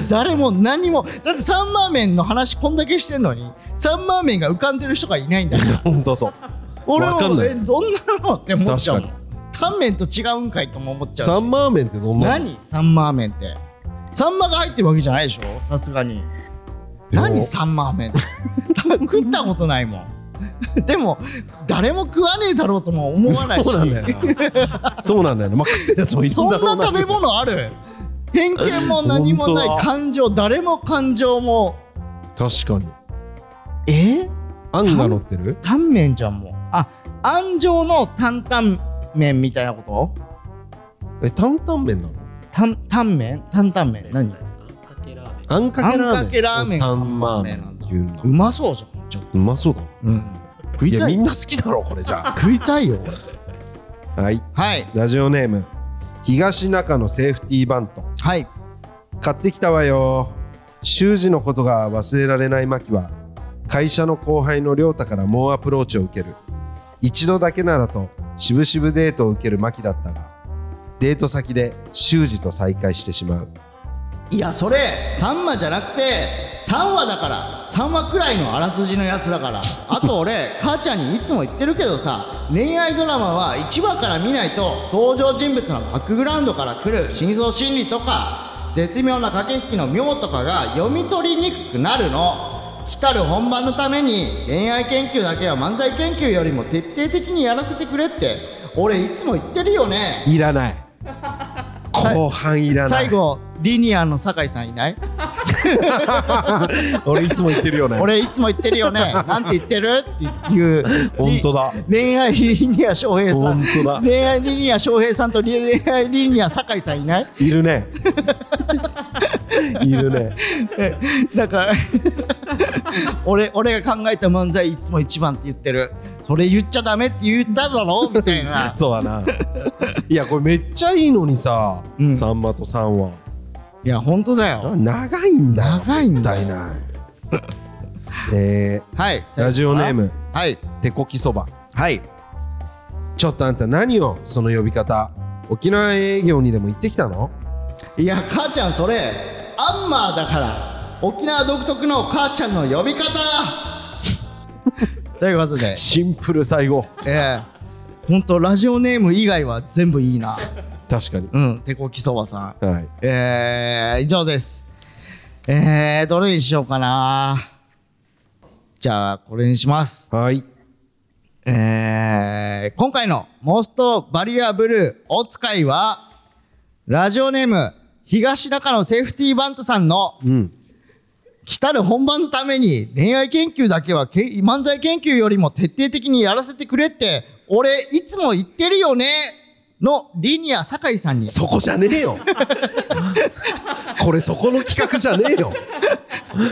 S2: 誰も何もだってサンマーメンの話こんだけしてんのにサンマーメンが浮かんでる人がいないんだから
S1: ほんとそう
S2: 俺
S1: わかん
S2: も
S1: ない
S2: えどんなのって思っちゃうもん
S1: 確
S2: タンメンと違うんかいとも思っちゃ
S1: サ
S2: うし
S1: ンマーメンってどんなの
S2: 何サンマーメンってサンマが入ってるわけじゃないでしょさすがに何サンマーメンって食ったことないもんでも誰も食わねえだろうとも思わないし
S1: そうなんだよなそうなんだよなまあ食ってるやつもいるん
S2: そん
S1: だ
S2: な
S1: ろうな
S2: 食べ物ある偏見も何もな
S1: 本当
S2: い
S1: だ
S2: 感情誰も感情も
S1: 確かに
S2: え
S1: あんが乗ってる
S2: タンメンじゃんもうあ安城の担々麺みたいなこと
S1: え担々麺なの
S2: タンタンメン担々麺何
S3: あんかけラーメン
S1: あんかけラーメンサ
S2: あんかけラーメン
S1: ンマーメンっていう
S2: う
S1: の
S2: まそうじゃんちょっと、
S1: うまそうだな
S2: 食
S1: い
S2: い
S1: や
S2: た
S1: み
S2: い
S1: んな好きだろこれじゃ
S2: 食いたいよ
S1: あ はい
S2: はい
S1: ラジオネーム東中のセーフティーバント
S2: はい
S1: 買ってきたわよ修二のことが忘れられないマキは会社の後輩の亮太から猛アプローチを受ける一度だけならと渋々デートを受けるマキだったがデート先で修二と再会してしまう
S2: いやそれ3話じゃなくて3話だから3話くらいのあらすじのやつだからあ と俺母ちゃんにいつも言ってるけどさ恋愛ドラマは1話から見ないと登場人物のバックグラウンドから来る深層心理とか絶妙な駆け引きの妙とかが読み取りにくくなるの来たる本番のために恋愛研究だけは漫才研究よりも徹底的にやらせてくれって俺いつも言ってるよね
S1: いら ない後半いらない
S2: 最後リニアの酒井さんいない
S1: 俺いつも言ってるよね
S2: 俺いつも言ってる よねなんて言ってるっていう
S1: 本当だ
S2: 恋愛リニア翔平さ
S1: 本
S2: ん
S1: 当だ
S2: 恋愛リニア翔平さんと恋愛リニア酒井さんいない
S1: いるねいるね
S2: なんか 俺俺が考えた漫才いつも一番って言ってるそれ言っちゃダメって言っただろみた いな
S1: そうだないやこれめっちゃいいのにさ、
S2: うん
S1: さんまとさんはい
S2: や本当だよ
S1: 長いんだよ
S2: 長いんだ
S1: もった
S2: よ
S1: いないえ
S2: はい
S1: ーラジオネーム
S2: はい
S1: 手こきそば
S2: はい
S1: ちょっとあんた何をその呼び方沖縄営業にでも行ってきたの
S2: いや母ちゃんそれアンマーだから沖縄独特の母ちゃんの呼び 方ということで
S1: シンプル最後
S2: ええほんとラジオネーム以外は全部いいな
S1: 確かに
S2: うん手こきそばさん
S1: はい
S2: ええ以上ですええどれにしようかなじゃあこれにします
S1: はい
S2: えー今回のモストバリアブルーお使いは、ラジオネーム、東中のセーフティーバントさんの、
S1: ん
S2: 来たる本番のために恋愛研究だけはけ漫才研究よりも徹底的にやらせてくれって、俺いつも言ってるよねのリニア酒井さんに、
S1: そこじゃねえ よこれそこの企画じゃねえよ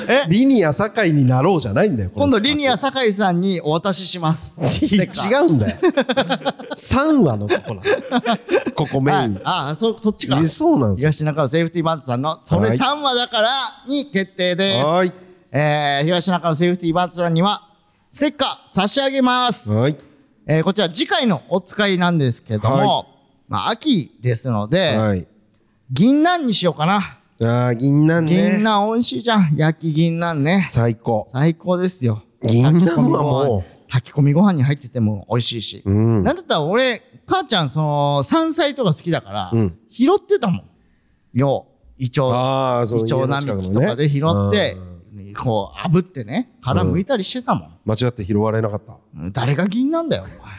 S2: え
S1: リニア堺になろうじゃないんだよ
S2: 今度リ
S1: リ
S2: ニア酒井さんにお渡しします。
S1: 違うんだよ3話のとこなのここメイ
S2: は
S1: ン
S2: い、ああ、そ、そっちか
S1: え。そうなんですよ
S2: 東中のセーフティーバントさんの、それ
S1: はい
S2: 3話だからに決定です。
S1: はい
S2: えー、東中のセーフティーバントさんには、ステッカー差し上げます。
S1: はい
S2: えー、こちら次回のお使いなんですけども、
S1: は
S2: まあ、秋ですので、
S1: はい
S2: 銀杏にしようかな。
S1: ああ銀杏ね
S2: 銀杏美味しいじゃん。焼き銀杏ね。
S1: 最高
S2: 最高ですよ。
S1: 銀杏はも
S2: 炊き込みご飯に入ってても美味しいし。
S1: うん
S2: なんだったら俺、母ちゃん、その、山菜とか好きだから、
S1: うん
S2: 拾ってたもん。よう、イチョウ。
S1: ああそう
S2: イチョウ並木とかで拾って、こう、炙ってね、殻剥いたりしてたもん。
S1: 間違って拾われなかった
S2: 誰が銀なんだよ、お前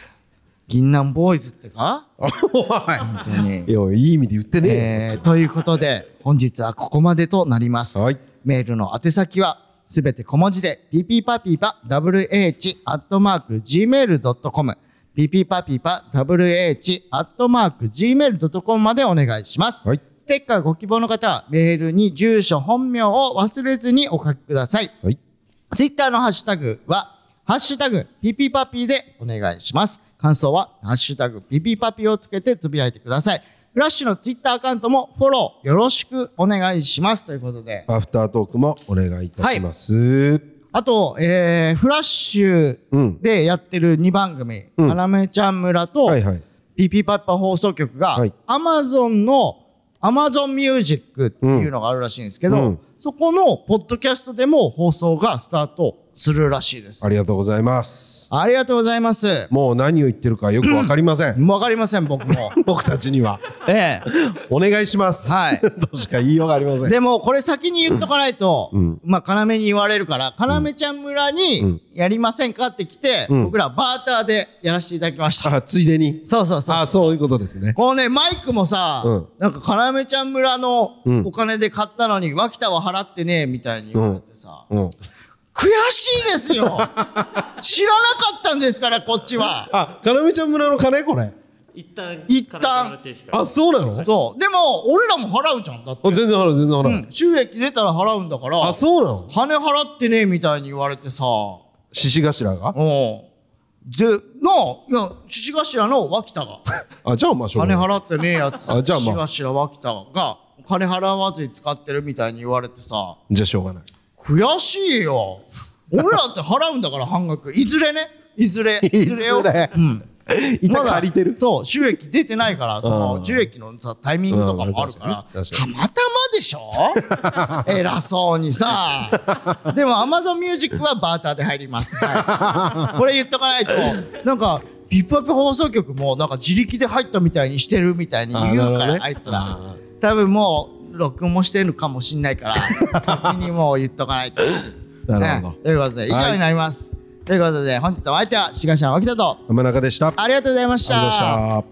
S2: 銀杏ボーイズってか
S1: お
S2: 本当
S1: い。
S2: に
S1: いやいい意味で言ってね
S2: えーということで本日はここまでとなります、
S1: はい
S2: メールの宛先はすべて小文字で p パピーパ wh.gmail.com p p パピーパ wh.gmail.com までお願いします、
S1: はい
S2: ステッカーご希望の方はメールに住所本名を忘れずにお書きください
S1: はい
S2: ツイッターのハッシュタグは、ハッシュタグ、ピピパピでお願いします。感想は、ハッシュタグ、ピピパピをつけてつぶやいてください。フラッシュのツイッターアカウントもフォローよろしくお願いします。ということで。
S1: アフタートークもお願いいたします
S2: あと、えー、フラッシュでやってる2番組、
S1: うん
S2: 花芽ちゃん村と、
S1: はいはい
S2: ピピパッパ放送局が、
S1: はい
S2: Amazon の Amazon Music っていうのがあるらしいんですけど、
S1: うんうん
S2: そこのポッドキャストでも放送がスタートするらしいです。
S1: ありがとうございます
S2: ありがとうございます。
S1: もう何を言ってるかよくわかりません
S2: わかりません、僕も。
S1: 僕たちには
S2: ええ。
S1: お願いします
S2: はい
S1: どうしか言いようがありません
S2: でも、これ先に言っとかないと、
S1: ん
S2: まあ、要に言われるから、要ちゃん村
S1: うん
S2: にやりませんかって来て、
S1: うん
S2: 僕らバーターでやらせていただきました。
S1: あついでに
S2: そうそうそう
S1: あそういうことですね
S2: このね、マイクもさ、
S1: うん
S2: なんか、要ちゃん村の
S1: うん
S2: お金で買ったのに、脇田は払ってねえ、みたいに言われてさ、
S1: うん
S2: 悔しいですよ知らなかったんですから、こっちは。
S1: あかなめちゃん村の金これ
S3: 一旦
S2: 一旦
S3: 体の手引かれ
S1: あそうなのあ
S2: そう。でも、俺らも払うじゃん、だって。
S1: 全然払う全然払う、
S2: うん収益出たら払うんだから。
S1: あそうなの
S2: 金払ってねえみたいに言われてさ、
S1: 獅子頭が
S2: うん。ぜ、の、いや、獅子頭の 脇田が、
S1: あじゃあまあしょうが
S2: 金
S1: ない
S2: 払ってねえや つ、
S1: あじゃあまあ
S2: 獅子頭脇田が、金払わずに使ってるみたいに言われてさ、
S1: じゃあしょうがない
S2: 悔しいよ。俺らって払うんだから半額。いずれね。いずれ。
S1: いずれ
S2: よ。うん。
S1: 板借りてる
S2: まだそう、収益出てないから、そ
S1: うん
S2: の、収益のさ、タイミングとかもあるから、
S1: うん確
S2: た
S1: か
S2: またまでしょ 偉そうにさ。でも、Amazon Music はバーターで入ります。はい、これ言っとかないと、なんか、ピップアップ放送局も、なんか自力で入ったみたいにしてるみたいに言う
S1: あなるほ
S2: か
S1: ど
S2: ら、
S1: ね
S2: あいつ
S1: あ
S2: ら。多分もう、録音もしてるかもしんないから、先にもう言っとかないと。
S1: なるほ
S2: ねということで、以上になります。ということで、本日のお相手は、志賀ちゃん、脇田と、
S1: ど天中でしたあり
S2: ありがとうございました。
S1: がとうございました